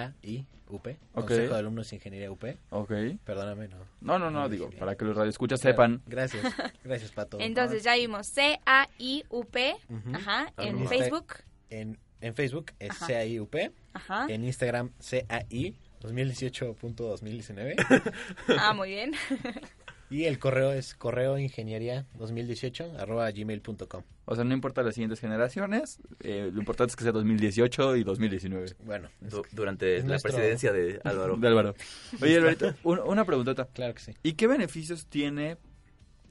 E: C-A-I-U-P.
C: Ok.
E: Consejo de Alumnos de Ingeniería UP.
C: Ok.
E: Perdóname, no.
C: No, no, no, digo, para que los radioescuchas sepan.
E: Gracias, gracias, Pato.
B: Entonces ya vimos C-A-I-U-P,
E: Ujú.
B: ajá, en
E: Arroba.
B: Facebook,
E: En, en Facebook es
B: Ajá. Ah.
E: CAIUP.
B: ajá.
C: Eh.
E: En Instagram, CAI 2018.2019.
B: Ah, muy bien.
E: Y el correo es correoingeniería2018 arroba gmail.com.
C: O sea, no importa las siguientes generaciones, eh, lo importante es que sea 2018 y 2019.
E: Bueno,
F: Du- durante
C: es
F: la
C: nuestro-
F: presidencia de Álvaro.
C: De Álvaro. Oye, Alvarito, un- una preguntota.
E: Claro que sí.
C: ¿Y qué beneficios tiene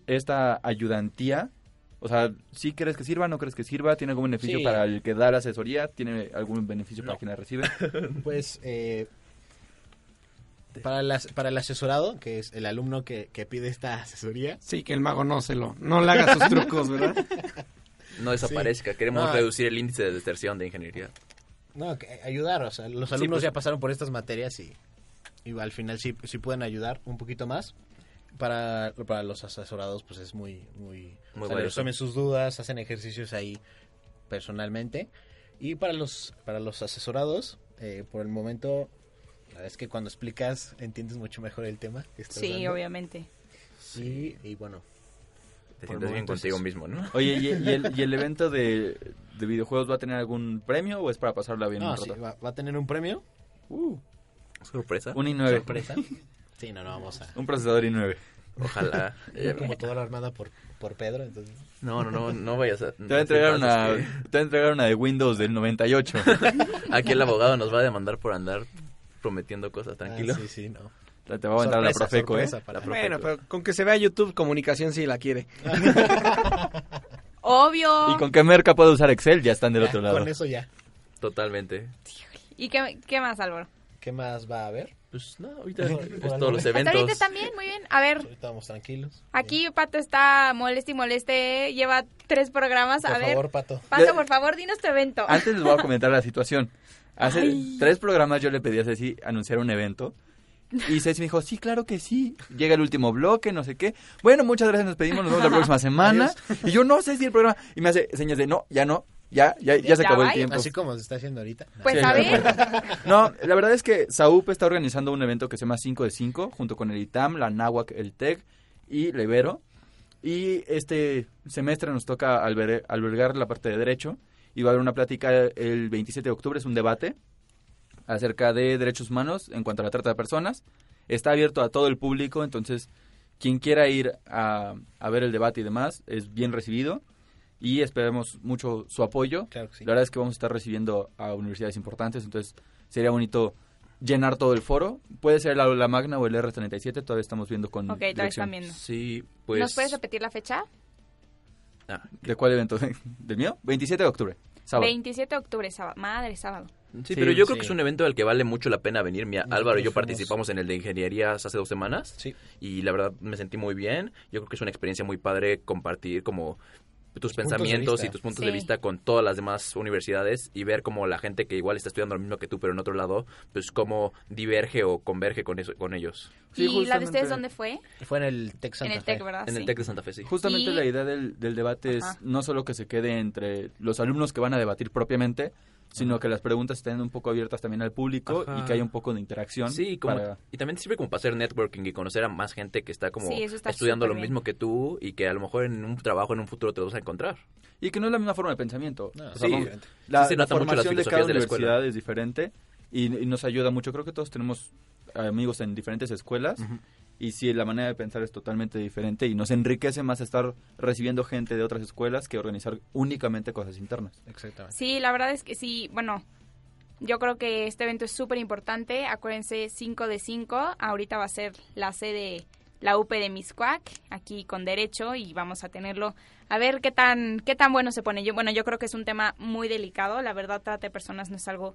C: esta ayudantía? O sea, ¿sí crees que sirva? ¿No crees que sirva? ¿Tiene algún beneficio
E: Sí.
C: para el que da la asesoría? ¿Tiene algún beneficio para quien la recibe?
E: Pues eh, para, las, para el asesorado, que es el alumno que, que pide esta asesoría.
D: Sí, que el mago no se lo- no le haga sus trucos, ¿verdad?
F: No desaparezca,
E: Sí.
F: queremos
E: No,
F: reducir el índice de deserción de ingeniería.
E: No, que ayudar, o sea, los
F: Sí,
E: alumnos
F: pues.
E: ya pasaron por estas materias y, y al final sí, sí pueden ayudar un poquito más. Para, para los asesorados, pues es muy... muy,
F: Muy
E: o sea,
F: valioso.
E: resumen sus dudas, hacen ejercicios ahí personalmente. Y para los, para los asesorados, eh, por el momento, la verdad es que cuando explicas entiendes mucho mejor el tema. que estás
B: Sí,
E: dando.
B: obviamente.
E: Sí, y bueno.
F: Te
E: por el
F: sientes bien
E: momento es
F: contigo
E: eso.
F: mismo, ¿no?
C: Oye, ¿y, y el, y el evento de, de videojuegos va a tener algún premio o es para pasarla bien?
E: No,
C: un
E: sí,
C: rato?
E: va, va a tener un premio.
F: Sorpresa.
C: Un i9.
E: Sorpresa. Sí, no, no vamos a.
C: Un procesador i9.
F: Ojalá. Eh,
E: Como toda la armada por, por Pedro, entonces.
F: No, no, no, no vayas a...
C: Te va a entregar una, te va a entregar una de Windows del 98.
F: Aquí el abogado nos va a demandar por andar prometiendo cosas, tranquilo.
E: Ah, sí, sí, no.
C: Te va a aventar la Profeco, ¿eh?
E: para-
F: La
D: Bueno,
F: Profeco.
D: pero con que se vea YouTube, comunicación sí la quiere.
B: Obvio.
C: Y con qué merca puedo usar Excel, ya están del
E: Ya,
C: otro lado.
E: Ah, Con eso ya.
F: Totalmente.
B: ¿Y qué, qué más, Álvaro?
E: ¿Qué más va a haber?
F: Pues no,
E: ahorita
F: es todos los
B: Hasta
F: Eventos.
B: ahorita están bien, muy bien. A ver,
E: Estamos tranquilos. Eh,
B: aquí Pato está moleste y moleste. Lleva tres programas. A
C: Por
B: ver.
C: favor, Ah, Pato.
B: Pato, por favor, dinos tu evento.
C: Antes les voy a comentar la situación. Hace
B: Ay.
C: tres programas yo le pedí a Ceci anunciar un evento. Y Ceci me dijo, sí, claro que sí. Llega el último bloque, no sé qué. Bueno, muchas gracias, nos pedimos, nos vemos la próxima semana. Y yo, no sé si el programa... Y me hace señas de, no, ya no, ya, ya, ya se acabó el tiempo.
E: Así como se está haciendo ahorita.
C: Pues, Sí, a ver. No, la verdad es que Saup está organizando un evento que se llama 5 de 5, junto con el ITAM, la NAWAC, el TEC y Levero. Y este semestre nos toca alber- albergar la parte de Derecho. Y va a haber una plática el 27 de octubre, es un debate acerca de derechos humanos en cuanto a la trata de personas. Está abierto a todo el público, entonces quien quiera ir a, a ver el debate y demás es bien recibido y esperamos mucho su apoyo. La verdad es que vamos a estar recibiendo a universidades importantes, entonces sería bonito llenar todo el foro. Puede ser la, la Magna o el R37, todavía estamos viendo con...
B: Ok, todavía
C: dirección.
B: están viendo.
F: Sí, pues, ah,
B: ¿Nos puedes repetir la fecha?
C: ¿De cuál evento? ¿Del mío? 27 de octubre, sábado.
B: 27 de octubre, sábado. Madre, sábado.
F: Sí,
C: Sí,
F: pero yo creo
C: sí.
F: que es un evento al que vale mucho la pena venir. Mira,
C: Nosotros
F: Álvaro y yo
C: fuimos-
F: participamos en el de ingenierías hace dos semanas. Y la verdad me sentí muy bien. Yo creo que es una experiencia muy padre compartir como
C: puntos
F: tus
C: de
F: pensamientos y
C: vista.
F: tus puntos
C: Sí.
F: de vista con todas las demás universidades y ver cómo la gente que igual está estudiando lo mismo que tú, pero en otro lado, pues cómo diverge o converge con, eso, con ellos.
B: ¿Y la de ustedes dónde fue?
E: Fue en el Tec
B: Santa En el Fe. Tec,
C: Ah,
B: ¿verdad?
F: En el
B: Sí.
F: Tec de Santa Fe, sí.
C: Justamente
B: Y-
C: la idea del, del debate
B: Ajá.
C: es no solo que se quede entre los alumnos que van a debatir propiamente, sino que las preguntas estén un poco abiertas también al público
F: Ajá.
C: y que haya un poco de interacción.
F: Sí, como-
C: para-
F: y también sirve como para hacer networking y conocer a más gente que está como
C: Sí, eso está
F: estudiando lo
C: súper bien.
F: mismo que tú y que a lo mejor en un trabajo, en un futuro te vas a encontrar.
C: Y que no es la misma forma de pensamiento.
F: No,
E: pues
C: O
F: sí,
C: vamos-
F: diferente.
C: la,
F: Sí
C: la
F: se nota mucho las
C: formación de cada
F: filosofías de la escuela.
C: universidad es diferente y, y nos ayuda mucho. Creo que todos tenemos amigos en diferentes escuelas y si la manera de pensar es totalmente diferente y nos enriquece más estar recibiendo gente de otras escuelas que organizar únicamente cosas internas.
E: Exactamente.
B: Sí, la verdad es que sí, bueno, yo creo que este evento es súper importante. Acuérdense, 5 de 5, ahorita va a ser la sede, la UP de Miscuac, aquí con derecho y vamos a tenerlo a ver qué tan qué tan bueno se pone. Yo bueno, yo creo que es un tema muy delicado, la verdad trata de personas no es algo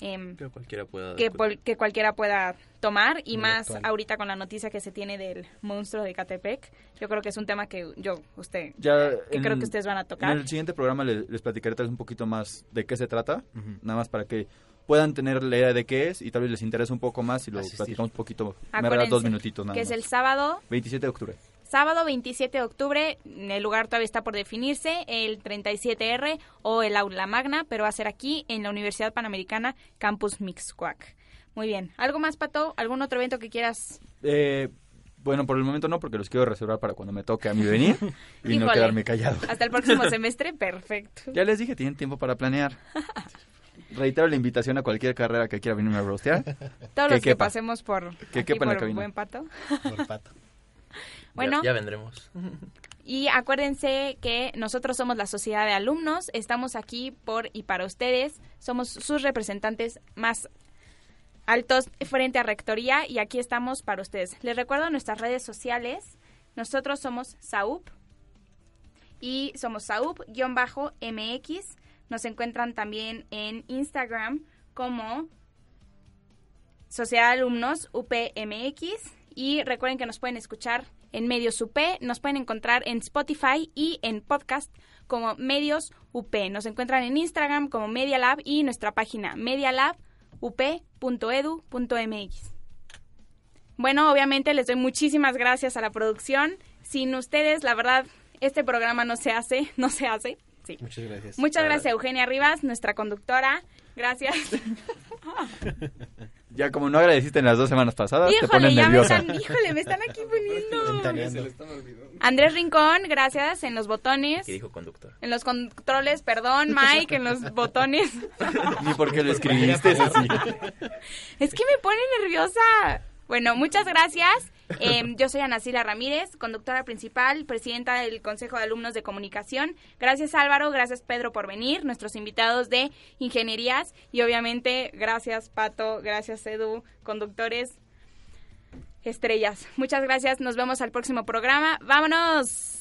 B: em,
F: Que cualquiera pueda...
B: que, pol- que cualquiera pueda tomar y
F: Muy
B: más
F: actual.
B: ahorita con la noticia que se tiene del monstruo de Catepec. Yo creo que es un tema que yo usted
C: Ya
B: que
C: en-
B: creo que ustedes van a tocar.
C: En el siguiente programa le- les, platicaré tal vez un poquito más de qué se trata, nada más para que puedan tener la idea de qué es y tal vez les interese un poco más y lo platicamos un poquito, me habrá
B: Acuérdense
C: dos minutitos nada
B: Ah, que es
C: más.
B: el sábado
C: 27 de octubre.
B: Sábado 27 de octubre, el lugar todavía está por definirse, el 37R o el Aula Magna, pero va a ser aquí en la Universidad Panamericana Campus Mixcuac. Muy bien. ¿Algo más, Pato? ¿Algún otro evento que quieras?
C: Eh, bueno, por el momento no, porque los quiero reservar para cuando me toque a mí venir y no
B: Híjole.
C: quedarme callado.
B: Hasta el próximo semestre, perfecto.
C: Ya les dije, tienen tiempo para planear. Reitero la invitación a cualquier carrera que quiera venirme a rostear.
B: Todos los que
C: quepa.
B: pasemos por,
C: Que
B: aquí
C: quepa en la
B: por
C: cabina.
B: Buen Pato. Bueno,
F: ya vendremos.
B: Y acuérdense que nosotros somos la Sociedad de Alumnos, estamos aquí por y para ustedes, somos sus representantes más altos frente a Rectoría y aquí estamos para ustedes. Les recuerdo nuestras redes sociales, nosotros somos SAUP y somos SAUP-MX, nos encuentran también en Instagram como Sociedad de Alumnos UPMX y recuerden que nos pueden escuchar en Medios UP, nos pueden encontrar en Spotify y en podcast como Medios UP. Nos encuentran en Instagram como Media Lab y nuestra página medialabup.edu.mx. Bueno, obviamente les doy muchísimas gracias a la producción. Sin ustedes, la verdad, este programa no se hace, no se hace. Sí.
E: Muchas gracias.
B: Muchas gracias, Eugenia Rivas, nuestra conductora. Gracias.
C: Ya como no agradeciste en las dos semanas pasadas, te
B: Híjole,
C: pones
B: ya me
C: nerviosa.
B: están, híjole, me están aquí poniendo.
F: Que
B: Andrés Rincón, gracias en los botones.
F: dijo conductor.
B: En los controles, perdón, Mike, en los botones.
C: Ni porque lo escribiste es así.
B: Es que me pone nerviosa. Bueno, muchas gracias. Eh, yo soy Anacila Ramírez, conductora principal, presidenta del Consejo de Alumnos de Comunicación. Gracias Álvaro, gracias Pedro por venir, nuestros invitados de Ingenierías y obviamente gracias Pato, gracias Edu, conductores estrellas. Muchas gracias, nos vemos al próximo programa. ¡Vámonos!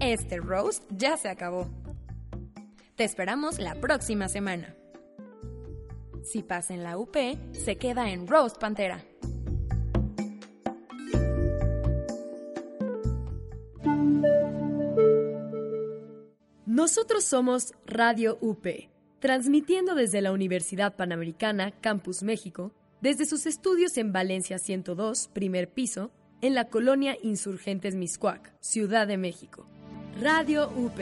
A: Este roast ya se acabó. Te esperamos la próxima semana. Si pasa en la UP, se queda en Roast Pantera.
K: Nosotros somos Radio UP, transmitiendo desde la Universidad Panamericana, Campus México, desde sus estudios en Valencia 102, primer piso, en la colonia Insurgentes Miscuac, Ciudad de México. Radio UP.